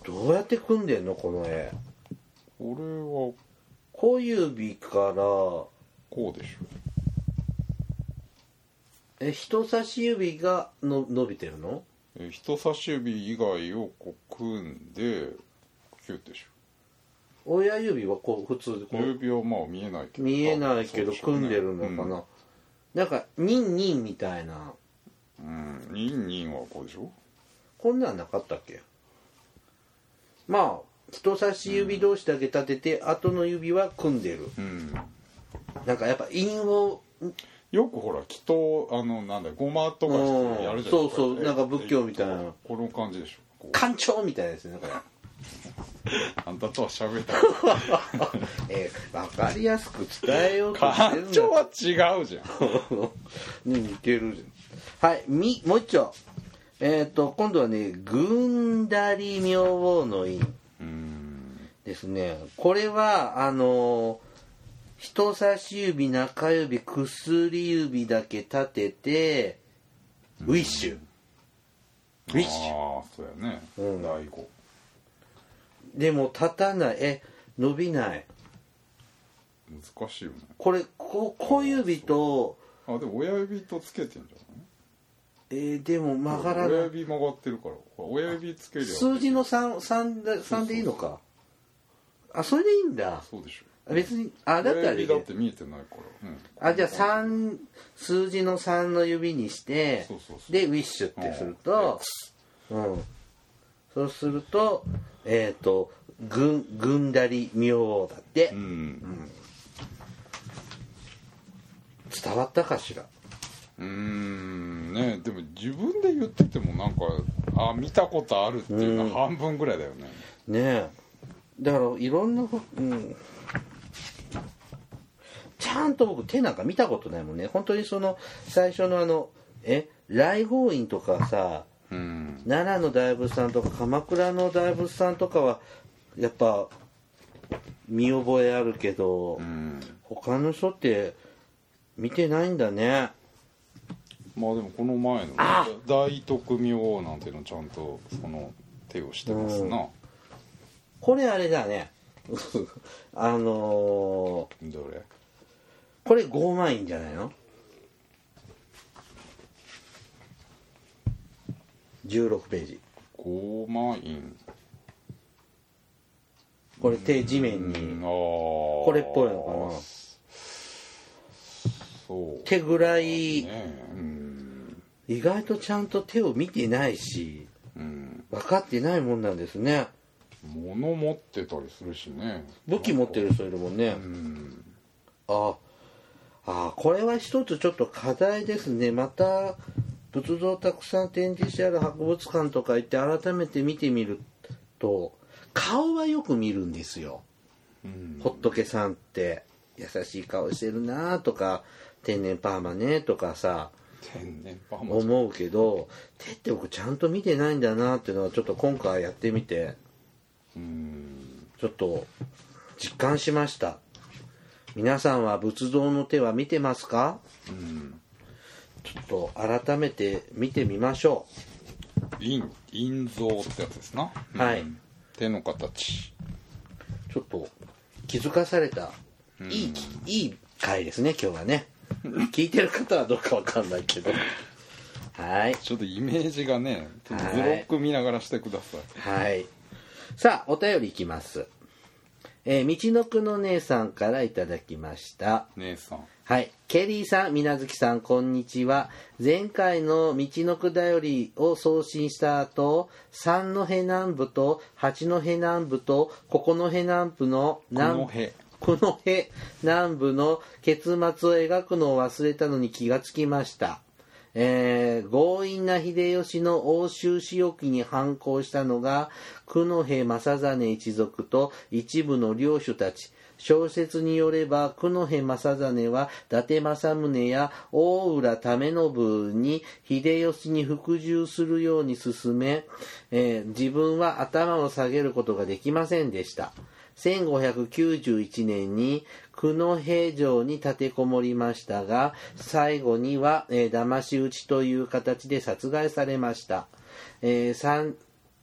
[SPEAKER 1] どうやって組んでんのこの絵
[SPEAKER 2] これは
[SPEAKER 1] 小指から
[SPEAKER 2] こうでしょ
[SPEAKER 1] え人差し指がの伸びてるの
[SPEAKER 2] え人差し指以外をこう組んでキュッでしょ
[SPEAKER 1] 親指はこう普通でこう
[SPEAKER 2] 指はまあ見えないけど
[SPEAKER 1] 見えないけど
[SPEAKER 2] 多分そう
[SPEAKER 1] 組んで
[SPEAKER 2] しょ
[SPEAKER 1] る
[SPEAKER 2] うね
[SPEAKER 1] のかな、なんかニンニンみたいな
[SPEAKER 2] うん、ニンニンはこうでしょ
[SPEAKER 1] こんなんなかったっけまあ人差し指同士だけ立てて、後の指は組んでる
[SPEAKER 2] うん
[SPEAKER 1] なんかやっぱ韻を
[SPEAKER 2] よくほら祈祷あのなんだごまとかしてやるじゃん
[SPEAKER 1] うんそうそう
[SPEAKER 2] こやって
[SPEAKER 1] なんか仏教みたいな
[SPEAKER 2] この感じでしょこう
[SPEAKER 1] 干潮みたいなですねこれ、
[SPEAKER 2] あんたとは 喋った
[SPEAKER 1] えー、分かりやすく伝えようとしてるん
[SPEAKER 2] 感
[SPEAKER 1] だ
[SPEAKER 2] 情は違うじゃん
[SPEAKER 1] ね、似てるじゃんはいみもう一丁えっ、と今度はね軍だり明王の印
[SPEAKER 2] うん
[SPEAKER 1] ですねこれはあのー人差し指中指薬指だけ立ててウィッシュウィッシュ
[SPEAKER 2] ああそうやね、
[SPEAKER 1] うん
[SPEAKER 2] 第五
[SPEAKER 1] でも立たないえ伸びない
[SPEAKER 2] 難しいよね
[SPEAKER 1] これこ小指と
[SPEAKER 2] あでも親指とつけてんじゃ
[SPEAKER 1] えーでも
[SPEAKER 2] ない
[SPEAKER 1] 曲がらな
[SPEAKER 2] 親
[SPEAKER 1] い
[SPEAKER 2] 指曲がってるからほら親指つけりゃ
[SPEAKER 1] 数字の 3, 3, で3でいいのかあそれでいいんだ
[SPEAKER 2] そうでしょ
[SPEAKER 1] 別にあだったら
[SPEAKER 2] 親
[SPEAKER 1] あれ
[SPEAKER 2] 指だ
[SPEAKER 1] で
[SPEAKER 2] って見えてないから、うん、
[SPEAKER 1] あじゃあ3数字の3の指にして
[SPEAKER 2] そうそうそう
[SPEAKER 1] でウィッシュってするとうんそうするとえっ、とぐんぐんだり明王だって
[SPEAKER 2] うん
[SPEAKER 1] 伝わったかしら
[SPEAKER 2] うーんねでも自分で言っててもなんかあ見たことあるっていうのは半分ぐらいだよね
[SPEAKER 1] ねえだからいろんなふうんちゃんと僕手なんか見たことないもんね本当にその最初のあのえ来訪院とかさ
[SPEAKER 2] うん
[SPEAKER 1] 奈良の大仏さんとか鎌倉の大仏さんとかはやっぱ見覚えあるけど、
[SPEAKER 2] うん
[SPEAKER 1] 他の人って見てないんだね
[SPEAKER 2] まあでもこの前のね
[SPEAKER 1] あ
[SPEAKER 2] 大徳明王なんていうのちゃんとその手をしてますな
[SPEAKER 1] これあれだね あの
[SPEAKER 2] どれ
[SPEAKER 1] ーこれ傲慢院じゃないの ?16 ページ
[SPEAKER 2] 五万院
[SPEAKER 1] これ手地面
[SPEAKER 2] あ
[SPEAKER 1] に
[SPEAKER 2] こ
[SPEAKER 1] これっぽいのかな
[SPEAKER 2] そう
[SPEAKER 1] 手ぐらい
[SPEAKER 2] ねうん
[SPEAKER 1] 意外とちゃんと手を見てないし
[SPEAKER 2] うん
[SPEAKER 1] 分かってないもんなんですね
[SPEAKER 2] 物持ってたりするしね
[SPEAKER 1] 武器持ってる人いるもんね、
[SPEAKER 2] うん
[SPEAKER 1] あああこれは一つちょっと課題ですねまた仏像たくさん展示してある博物館とか行って改めて見てみると顔はよく見るんですよ、
[SPEAKER 2] うん
[SPEAKER 1] 仏さんって優しい顔してるなとか天然パーマねとかさ
[SPEAKER 2] 天然パーマじゃん
[SPEAKER 1] 思うけど手って僕ちゃんと見てないんだなっていうのはちょっと今回やってみて
[SPEAKER 2] うん
[SPEAKER 1] ちょっと実感しました皆さんは仏像の手は見てますか
[SPEAKER 2] うん
[SPEAKER 1] ちょっと改めて見てみましょ
[SPEAKER 2] 陰陰像ってやつですな、
[SPEAKER 1] はい
[SPEAKER 2] うん手の形
[SPEAKER 1] うちょっと気づかされたいいきいい回ですね今日はね聞いてる方はどうかわかんないけどはい
[SPEAKER 2] ちょっとイメージがねちょっと図録見ながらしてください、
[SPEAKER 1] はい。さあ、お便りいきます。えー、道のくの姉さんからいただきました。
[SPEAKER 2] 姉さん
[SPEAKER 1] はい。ケリーさん、みなずきさん、こんにちは。前回の道のくだよりを送信した後、三戸南部と八戸南部と九戸南部の南
[SPEAKER 2] 九戸
[SPEAKER 1] 九戸南部の結末を描くのを忘れたのに気がつきました。えー強引な秀吉の欧州仕置きに反抗したのが九戸正実一族と一部の領主たち小説によれば九戸正実は伊達政宗や大浦為信に秀吉に服従するように勧め、えー自分は頭を下げることができませんでした。1591年に久野平城に立てこもりましたが最後には、えー騙し討ちという形で殺害されました、えー三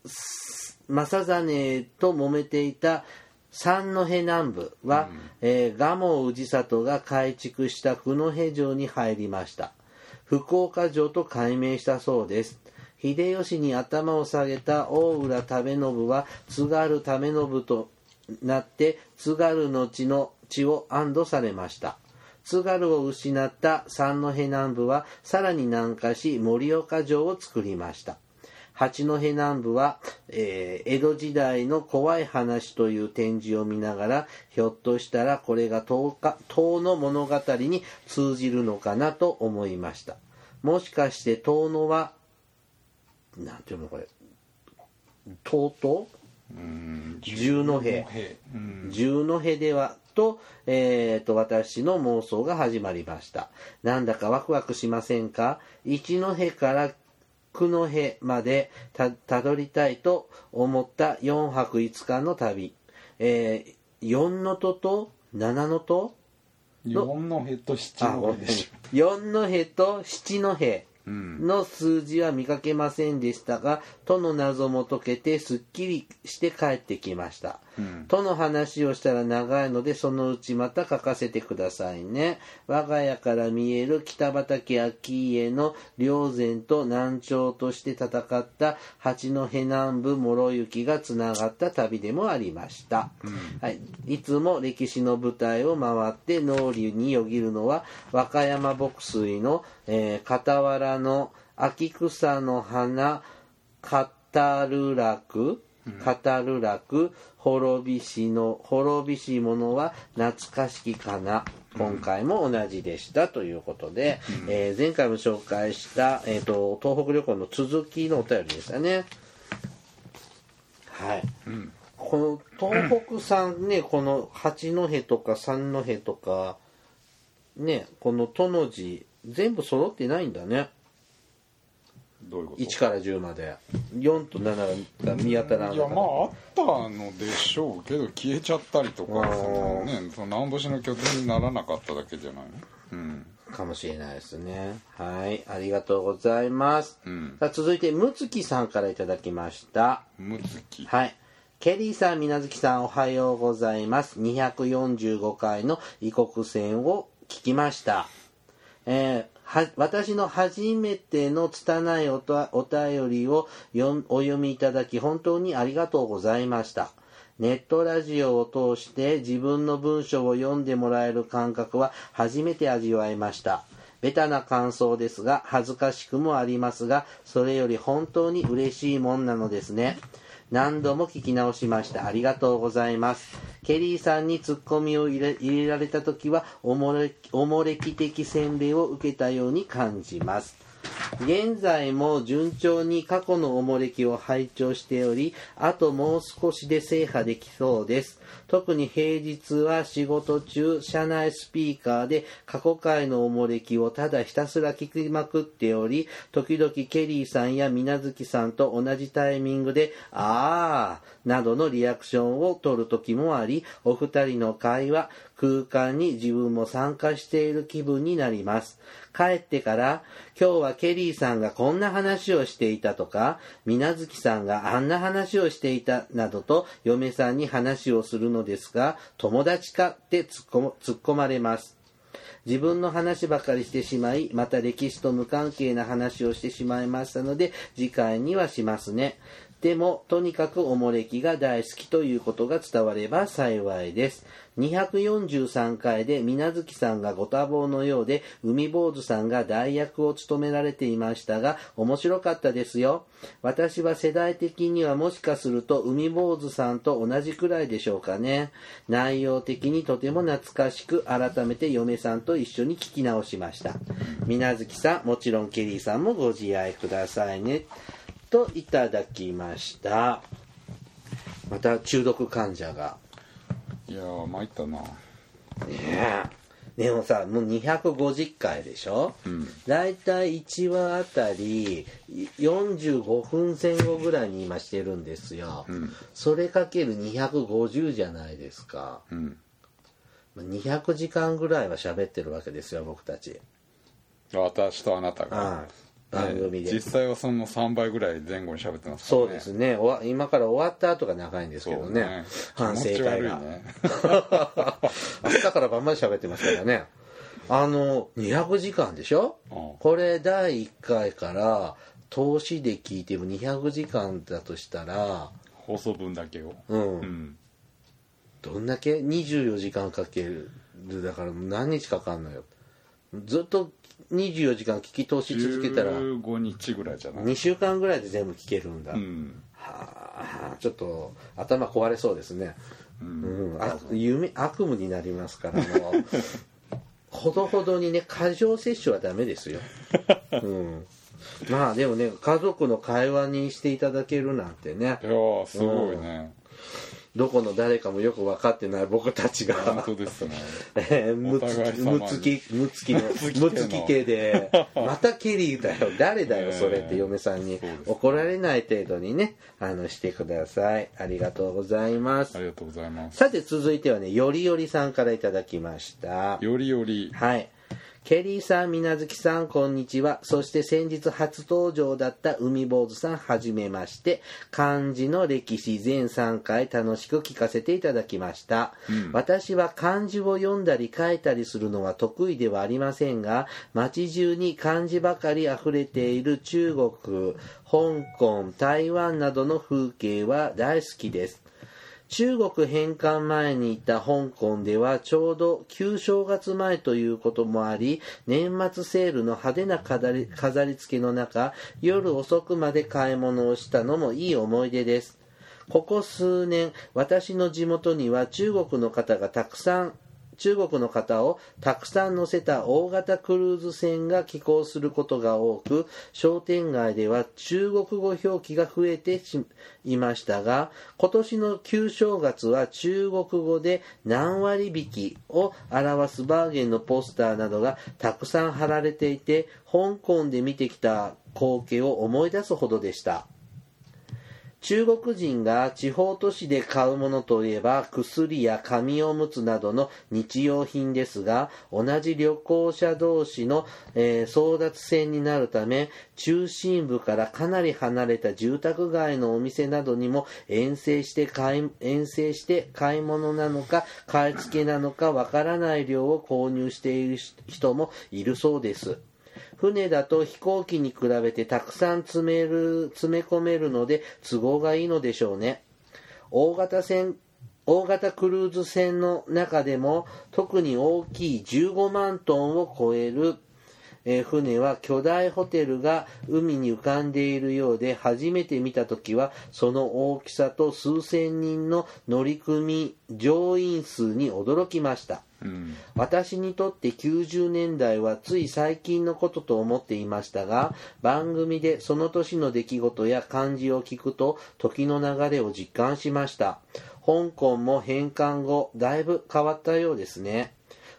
[SPEAKER 1] す正実と揉めていた三戸南部は、えー蒲生氏里が改築した久野平城に入りました福岡城と改名したそうです秀吉に頭を下げた大浦為信は津軽為信となって津軽の血の血を安堵されました津軽を失った三戸南部はさらに南下し盛岡城を作りました八戸南部は、えー江戸時代の怖い話という展示を見ながらひょっとしたらこれが遠か遠の物語に通じるのかなと思いましたもしかして遠野はなんていうのこれ遠々
[SPEAKER 2] うん
[SPEAKER 1] 十戸
[SPEAKER 2] うん
[SPEAKER 1] 十戸ではと,、えーと私の妄想が始まりましたなんだかワクワクしませんか一戸から九戸までたたどりたいと思った4泊5日の旅、えー、4のとと7のと
[SPEAKER 2] 四のヘッド七
[SPEAKER 1] あごめ
[SPEAKER 2] の
[SPEAKER 1] ん
[SPEAKER 2] ヘでしょ
[SPEAKER 1] 4戸と七戸
[SPEAKER 2] うん
[SPEAKER 1] の数字は見かけませんでしたが、都の謎も解けてすっきりして帰ってきました。
[SPEAKER 2] うん
[SPEAKER 1] との話をしたら長いのでそのうちまた書かせてくださいね我が家から見える北畠顕家の霊山と南朝として戦った八戸南部諸行がつながった旅でもありました、はい、いつも歴史の舞台を回って脳裏によぎるのは和歌山牧水の、えー傍らの秋草の花語る楽語る楽滅びしの滅びし者は懐かしきかな今回も同じでしたということで、えー前回も紹介した、えー、と東北旅行の続きのお便りでしたねはい、この東北さんねこの八戸とか三戸とかねこの「と」の字全部揃ってないんだね
[SPEAKER 2] どういうこと
[SPEAKER 1] 1から10まで4と7が見当たらない
[SPEAKER 2] いやまああったのでしょうけど消えちゃったりとか
[SPEAKER 1] あー
[SPEAKER 2] そのねその南星の拠点にならなかっただけじゃないのうん
[SPEAKER 1] かもしれないですねはいありがとうございます、
[SPEAKER 2] うん
[SPEAKER 1] さあ続いてむつきさんからいただきました
[SPEAKER 2] むつき
[SPEAKER 1] はいケリーさん、みなずきさん、おはようございます。245回の異国船を聞きました。えーは私の初めての拙いおとお便りを読お読みいただき本当にありがとうございました。ネットラジオを通して自分の文章を読んでもらえる感覚は初めて味わいました。ベタな感想ですが恥ずかしくもありますがそれより本当に嬉しいもんなのですね何度も聞き直しましたありがとうございますケリーさんにツッコミを入れ入れられた時はおもれおもれき的洗礼を受けたように感じます現在も順調に過去のおもれきを拝聴しておりあともう少しで制覇できそうです特に平日は仕事中車内スピーカーで過去回のおもれきをただひたすら聞きまくっており時々ケリーさんや水無月さんと同じタイミングで「あー」などのリアクションを取る時もありお二人の会話空間に自分も参加している気分になります帰ってから今日はケリーさんがこんな話をしていたとか水無月さんがあんな話をしていたなどと嫁さんに話をするのですが友達かって突っ込む突っ込まれます自分の話ばかりしてしまいまた歴史と無関係な話をしてしまいましたので次回にはしますねでもとにかくおもれきが大好きということが伝われば幸いです243回で水無月さんがご多忙のようで海坊主さんが代役を務められていましたが面白かったですよ私は世代的にはもしかすると海坊主さんと同じくらいでしょうかね内容的にとても懐かしく改めて嫁さんと一緒に聞き直しました水無月さんもちろんケリーさんもご自愛くださいねといただきましたまた中毒患者が
[SPEAKER 2] いやー参ったな
[SPEAKER 1] ねえでもさもう250回でしょ、
[SPEAKER 2] ん
[SPEAKER 1] だいたい1話あたりい45分前後ぐらいに今してるんですよ、
[SPEAKER 2] ん
[SPEAKER 1] それかける250じゃないですか
[SPEAKER 2] うん
[SPEAKER 1] 200時間ぐらいは喋ってるわけですよ僕たち、
[SPEAKER 2] 私とあなた
[SPEAKER 1] は
[SPEAKER 2] が、
[SPEAKER 1] い、番組で、
[SPEAKER 2] ね実際はその3倍ぐらい前後に喋ってますから
[SPEAKER 1] そ
[SPEAKER 2] ね
[SPEAKER 1] うですねおわ今から終わった後が長いんですけどね
[SPEAKER 2] そう
[SPEAKER 1] 反省会が、
[SPEAKER 2] ね
[SPEAKER 1] 朝から晩まで喋ってますからねあの200時間でしょ、
[SPEAKER 2] うん
[SPEAKER 1] これ第1回から投資で聞いても200時間だとしたら
[SPEAKER 2] 放送分だけを
[SPEAKER 1] うん、
[SPEAKER 2] うん
[SPEAKER 1] どんだけ24時間かけるだから何日かかんのよずっと24時間聞き通し続けたら
[SPEAKER 2] 15日ぐらいじゃない
[SPEAKER 1] 2週間ぐらいで全部聞けるんだ、
[SPEAKER 2] うん
[SPEAKER 1] はあちょっと頭壊れそうですね、うんあ夢悪夢になりますから もうほどほどにね過剰摂取はダメ ですよ、うん、まあでもね家族の会話にしていただけるなんてね
[SPEAKER 2] いやーすごいね
[SPEAKER 1] どこの誰かもよく分かってない僕たち
[SPEAKER 2] 本
[SPEAKER 1] が
[SPEAKER 2] 当ですね
[SPEAKER 1] えーむつ
[SPEAKER 2] お互い
[SPEAKER 1] き
[SPEAKER 2] 様に
[SPEAKER 1] むつきむつきの
[SPEAKER 2] つき
[SPEAKER 1] むつき系で またケリーだよ誰だよそれっ
[SPEAKER 2] え
[SPEAKER 1] て
[SPEAKER 2] え
[SPEAKER 1] 嫁さんに
[SPEAKER 2] そうですね
[SPEAKER 1] 怒られない程度にねあのしてくださいありがとうございます
[SPEAKER 2] ありがとうございます
[SPEAKER 1] さて続いてはねよりよりさんからいただきました
[SPEAKER 2] よりより
[SPEAKER 1] はい。ケリーさん、みなずきさん、こんにちは。そして先日初登場だった海坊主さん、はじめまして。漢字の歴史全3回楽しく聞かせていただきました。私は漢字を読んだり書いたりするのは得意ではありませんが、街中に漢字ばかり溢れている中国、香港、台湾などの風景は大好きです。中国返還前にいた香港ではちょうど旧正月前ということもあり年末セールの派手な飾り飾り付けの中夜遅くまで買い物をしたのもいい思い出ですここ数年私の地元には中国の方がたくさん中国の方をたくさん乗せた大型クルーズ船が寄港することが多く商店街では中国語表記が増えてしいましたが今年の旧正月は中国語で何割引きを表すバーゲンのポスターなどがたくさん貼られていて香港で見てきた光景を思い出すほどでした。中国人が地方都市で買うものといえば薬や紙おむつなどの日用品ですが同じ旅行者同士の、えー争奪戦になるため中心部からかなり離れた住宅街のお店などにも遠征して買い遠征して買い物なのか買い付けなのかわからない量を購入している人もいるそうです。船だと飛行機に比べてたくさん詰める詰め込めるので都合がいいのでしょうね大型船大型クルーズ船の中でも特に大きい15万トンを超えるえー船は巨大ホテルが海に浮かんでいるようで初めて見た時はその大きさと数千人の乗組乗員数に驚きました
[SPEAKER 2] うん
[SPEAKER 1] 私にとって90年代はつい最近のことと思っていましたが番組でその年の出来事や漢字を聞くと時の流れを実感しました香港も返還後だいぶ変わったようですね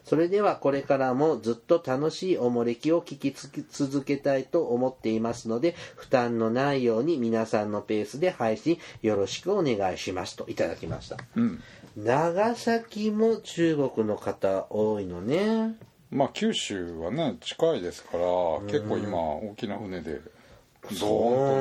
[SPEAKER 1] それではこれからもずっと楽しいおもれきを聞きつき続けたいと思っていますので負担のないように皆さんのペースで配信よろしくお願いしますといただきました
[SPEAKER 2] うん
[SPEAKER 1] 長崎も中国の方多いのね
[SPEAKER 2] まあ九州はね近いですから結構今大きな船でドーン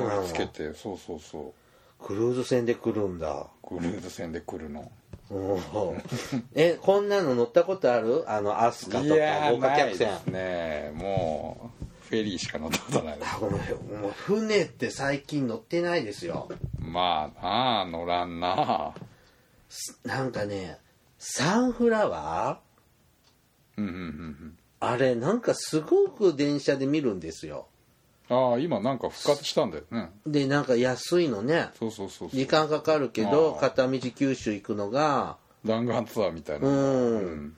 [SPEAKER 2] と乗りつけてそうそうそう
[SPEAKER 1] クルーズ船で来るんだ
[SPEAKER 2] クルーズ船で来るの
[SPEAKER 1] おーえこんなの乗ったことあるあのアスカとか豪華
[SPEAKER 2] な
[SPEAKER 1] 客
[SPEAKER 2] い
[SPEAKER 1] 船
[SPEAKER 2] ですねもうフェリーしか乗ったことないです
[SPEAKER 1] あごめんもう船って最近乗ってないですよ
[SPEAKER 2] まあなあ乗らんな
[SPEAKER 1] なんかねサンフラワ
[SPEAKER 2] うんうんうん
[SPEAKER 1] ーあれなんかすごく電車で見るんですよ
[SPEAKER 2] うんああ今なんか復活したんだよね
[SPEAKER 1] でなんか安いのね
[SPEAKER 2] そうそうそうそう
[SPEAKER 1] 時間かかるけど
[SPEAKER 2] あー
[SPEAKER 1] 片道九州行くのが
[SPEAKER 2] 弾丸ツアーみたいな
[SPEAKER 1] うん
[SPEAKER 2] うん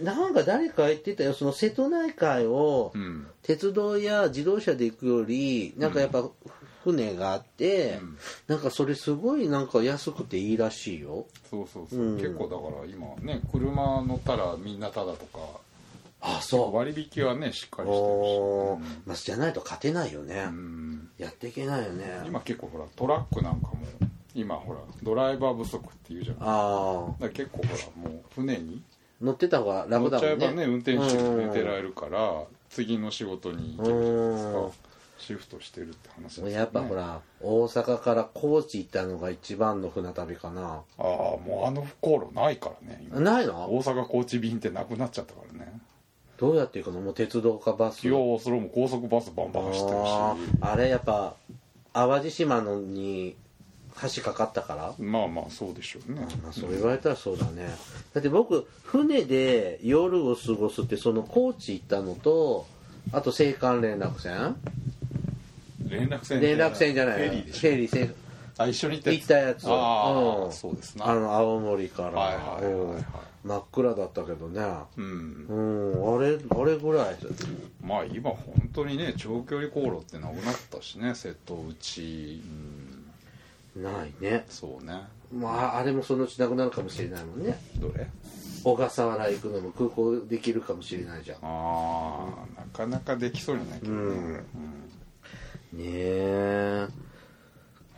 [SPEAKER 1] なんか誰か言ってたよその瀬戸内海を、
[SPEAKER 2] うん
[SPEAKER 1] 鉄道や自動車で行くよりなんかやっぱ船があって、
[SPEAKER 2] ん
[SPEAKER 1] なんかそれすごいなんか安くていいらしいよ
[SPEAKER 2] そうそうそう、
[SPEAKER 1] うん
[SPEAKER 2] 結構だから今ね車乗ったらみんなタダとか
[SPEAKER 1] あそ
[SPEAKER 2] 割引はねしっか
[SPEAKER 1] う
[SPEAKER 2] りしてるし、
[SPEAKER 1] おー
[SPEAKER 2] うん
[SPEAKER 1] まあ、じゃないと勝てないよね、
[SPEAKER 2] うん
[SPEAKER 1] やっていけないよね
[SPEAKER 2] 今結構ほらトラックなんかも今ほらドライバー不足っていうじゃないだか
[SPEAKER 1] ああ
[SPEAKER 2] ら結構ほらもう船に
[SPEAKER 1] 乗ってた方が
[SPEAKER 2] 乗
[SPEAKER 1] 楽
[SPEAKER 2] っ
[SPEAKER 1] だ
[SPEAKER 2] ちゃ
[SPEAKER 1] も
[SPEAKER 2] え
[SPEAKER 1] ん
[SPEAKER 2] ば
[SPEAKER 1] ね
[SPEAKER 2] ね運転手
[SPEAKER 1] うん
[SPEAKER 2] 寝てられるから次の仕事に行けるじゃないです
[SPEAKER 1] うん
[SPEAKER 2] かシフトしてるって話ですよ
[SPEAKER 1] もう
[SPEAKER 2] ね
[SPEAKER 1] やっぱほ
[SPEAKER 2] あ
[SPEAKER 1] ら、大阪から高知行ったのが一番の船旅かな
[SPEAKER 2] あもうあの航路ないからね今
[SPEAKER 1] ないの
[SPEAKER 2] 大阪高知便ってなくなっちゃったからね
[SPEAKER 1] どうやって行くのもう鉄道かバス
[SPEAKER 2] いやそれも高速バスバンバン走ってるし
[SPEAKER 1] あーあれやっぱ淡路島のに橋かかったから
[SPEAKER 2] まあまあそうでしょうね
[SPEAKER 1] まあそう言われたらそうだねだって僕船で夜を過ごすってその高知行ったのとあと青函連絡船
[SPEAKER 2] 連絡船
[SPEAKER 1] 連絡船じゃないフ
[SPEAKER 2] フェ
[SPEAKER 1] ェ
[SPEAKER 2] リ
[SPEAKER 1] リー
[SPEAKER 2] ーでしょ
[SPEAKER 1] フェリー
[SPEAKER 2] あ一緒に行った
[SPEAKER 1] 行ったやつ
[SPEAKER 2] ああ、
[SPEAKER 1] うん
[SPEAKER 2] そうですな
[SPEAKER 1] あの青森から、
[SPEAKER 2] はいはいはいはい
[SPEAKER 1] うん真っ暗だったけどね
[SPEAKER 2] うん
[SPEAKER 1] うんあれあれぐらい
[SPEAKER 2] まあ今本当にね長距離航路ってなくなったしね瀬戸内うん
[SPEAKER 1] ないね
[SPEAKER 2] そうね
[SPEAKER 1] まああれもそのうちなくなるかもしれないもんね
[SPEAKER 2] どれ
[SPEAKER 1] 小笠原行くのも空港できるかもしれないじゃん
[SPEAKER 2] ああなかなかできそうじゃないけどね、うん
[SPEAKER 1] ねえ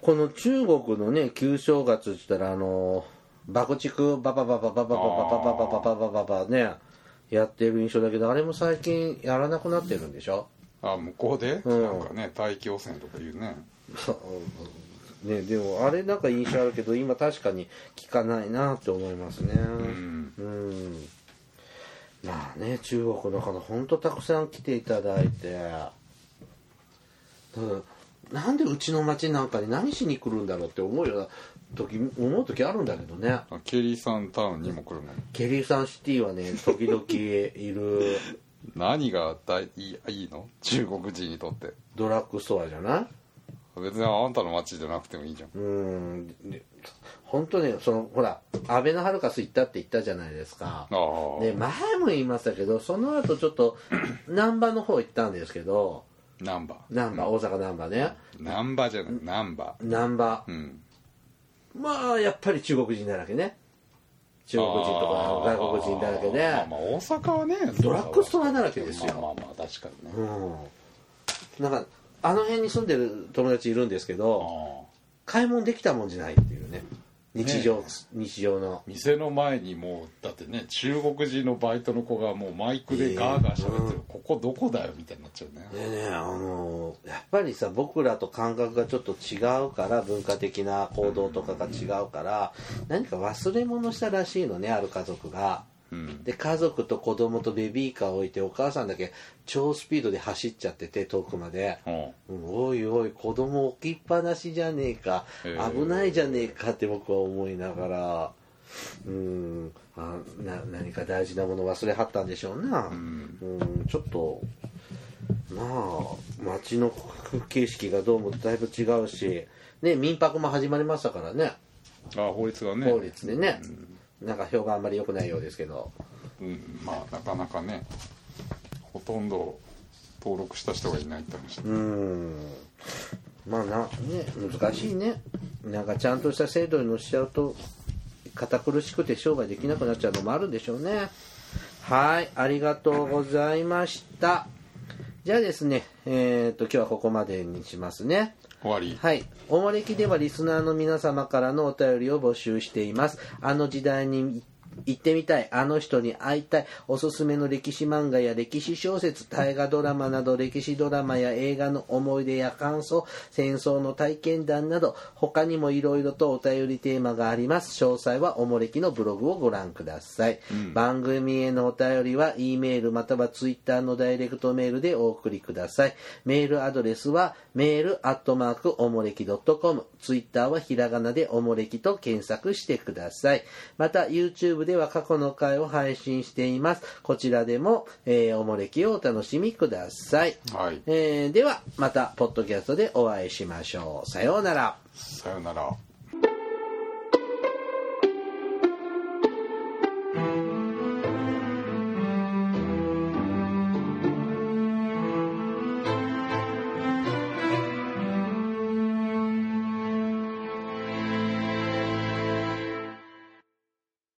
[SPEAKER 1] この中国のね旧正月って言ったらあの爆竹バババババババババババババババねやってる印象だけどあれも最近やらなくなってるんでしょ
[SPEAKER 2] あ向こうで、
[SPEAKER 1] うん
[SPEAKER 2] なんかね大気汚染とかいうね
[SPEAKER 1] ねでもあれなんか印象あるけど今確かに聞かないなって思いますね
[SPEAKER 2] うん
[SPEAKER 1] うんまあね中国の方ほんとたくさん来ていただいてただなんでうちの町なんかに何しに来るんだろうって思うような時思う時あるんだけどね
[SPEAKER 2] あケリーさんタウンにも来るの
[SPEAKER 1] ケリーさんシティはね時 々いる
[SPEAKER 2] 何が大いいいいの中国人にとって
[SPEAKER 1] ドラッグストアじゃない
[SPEAKER 2] 別にあんたの街じゃなくてもいいじゃん
[SPEAKER 1] うんで本当ねそのほら安倍のハルカス行ったって言ったじゃないですか
[SPEAKER 2] ああ、
[SPEAKER 1] で前も言いましたけどその後ちょっと難波の方行ったんですけど
[SPEAKER 2] ナンバー
[SPEAKER 1] 難波大阪難波ね
[SPEAKER 2] ナンバーじゃないナンバ
[SPEAKER 1] 難波
[SPEAKER 2] ーうん
[SPEAKER 1] まあやっぱり中国人だらけね中国人とか
[SPEAKER 2] あー
[SPEAKER 1] 外国人だらけ
[SPEAKER 2] まあ
[SPEAKER 1] で
[SPEAKER 2] まあ大阪はね
[SPEAKER 1] ドラッグストアだらけですよ
[SPEAKER 2] まあまあまあ確かに
[SPEAKER 1] う
[SPEAKER 2] ね
[SPEAKER 1] んなんかあの辺に住んでる友達いるんですけ
[SPEAKER 2] あ
[SPEAKER 1] ど
[SPEAKER 2] あ
[SPEAKER 1] 買い物できたもんじゃないっていうね日常日常の
[SPEAKER 2] 店の前にもうだってね中国人のバイトの子がもうマイクでガーガー喋ってる、ここどこだよみたいになっちゃうね
[SPEAKER 1] でねあのやっぱりさ僕らと感覚がちょっと違うから文化的な行動とかが違うから何か忘れ物したらしいのねある家族が。
[SPEAKER 2] うん
[SPEAKER 1] で家族と子供とベビーカーを置いてお母さんだけ超スピードで走っちゃってて遠くまで、
[SPEAKER 2] うん
[SPEAKER 1] うんおいおい子供置きっぱなしじゃねえか
[SPEAKER 2] へえ
[SPEAKER 1] 危ないじゃねえかって僕は思いながらうんあな何か大事なもの忘れはったんでしょうな、うんちょっとまあ街の景色がどうもだいぶ違うし、ね、民泊も始まりましたからね
[SPEAKER 2] あ法律がね
[SPEAKER 1] 法律でね、なんか評があんまり良くないようですけど
[SPEAKER 2] うん、まあなかなかねほとんど登録した人がいないって話、
[SPEAKER 1] うーんまあなね難しいねなんかちゃんとした制度にのしちゃうと堅苦しくて商売できなくなっちゃうのもあるんでしょうねはいありがとうございましたじゃあですねえっ、と今日はここまでにしますね
[SPEAKER 2] 終わり、
[SPEAKER 1] はい。おもれきではリスナーの皆様からのお便りを募集しています。あの時代に行ってみたい、あの人に会いたい、おすすめの歴史漫画や歴史小説、大河ドラマなど歴史ドラマや映画の思い出や感想、戦争の体験談など、他にもいろいろとお便りテーマがあります。詳細はおもれきのブログをご覧ください。番組へのお便りは、E メールまたは Twitter のダイレクトメールでお送りください。メールアドレスは、メールアットマークおもれき .com、Twitter はひらがなでおもれきと検索してください。また、YouTube では過去の回を配信しています。こちらでも、えーおもれきをお楽しみください。
[SPEAKER 2] はい
[SPEAKER 1] えーでは、また、ポッドキャストでお会いしましょう。さようなら。
[SPEAKER 2] さよなら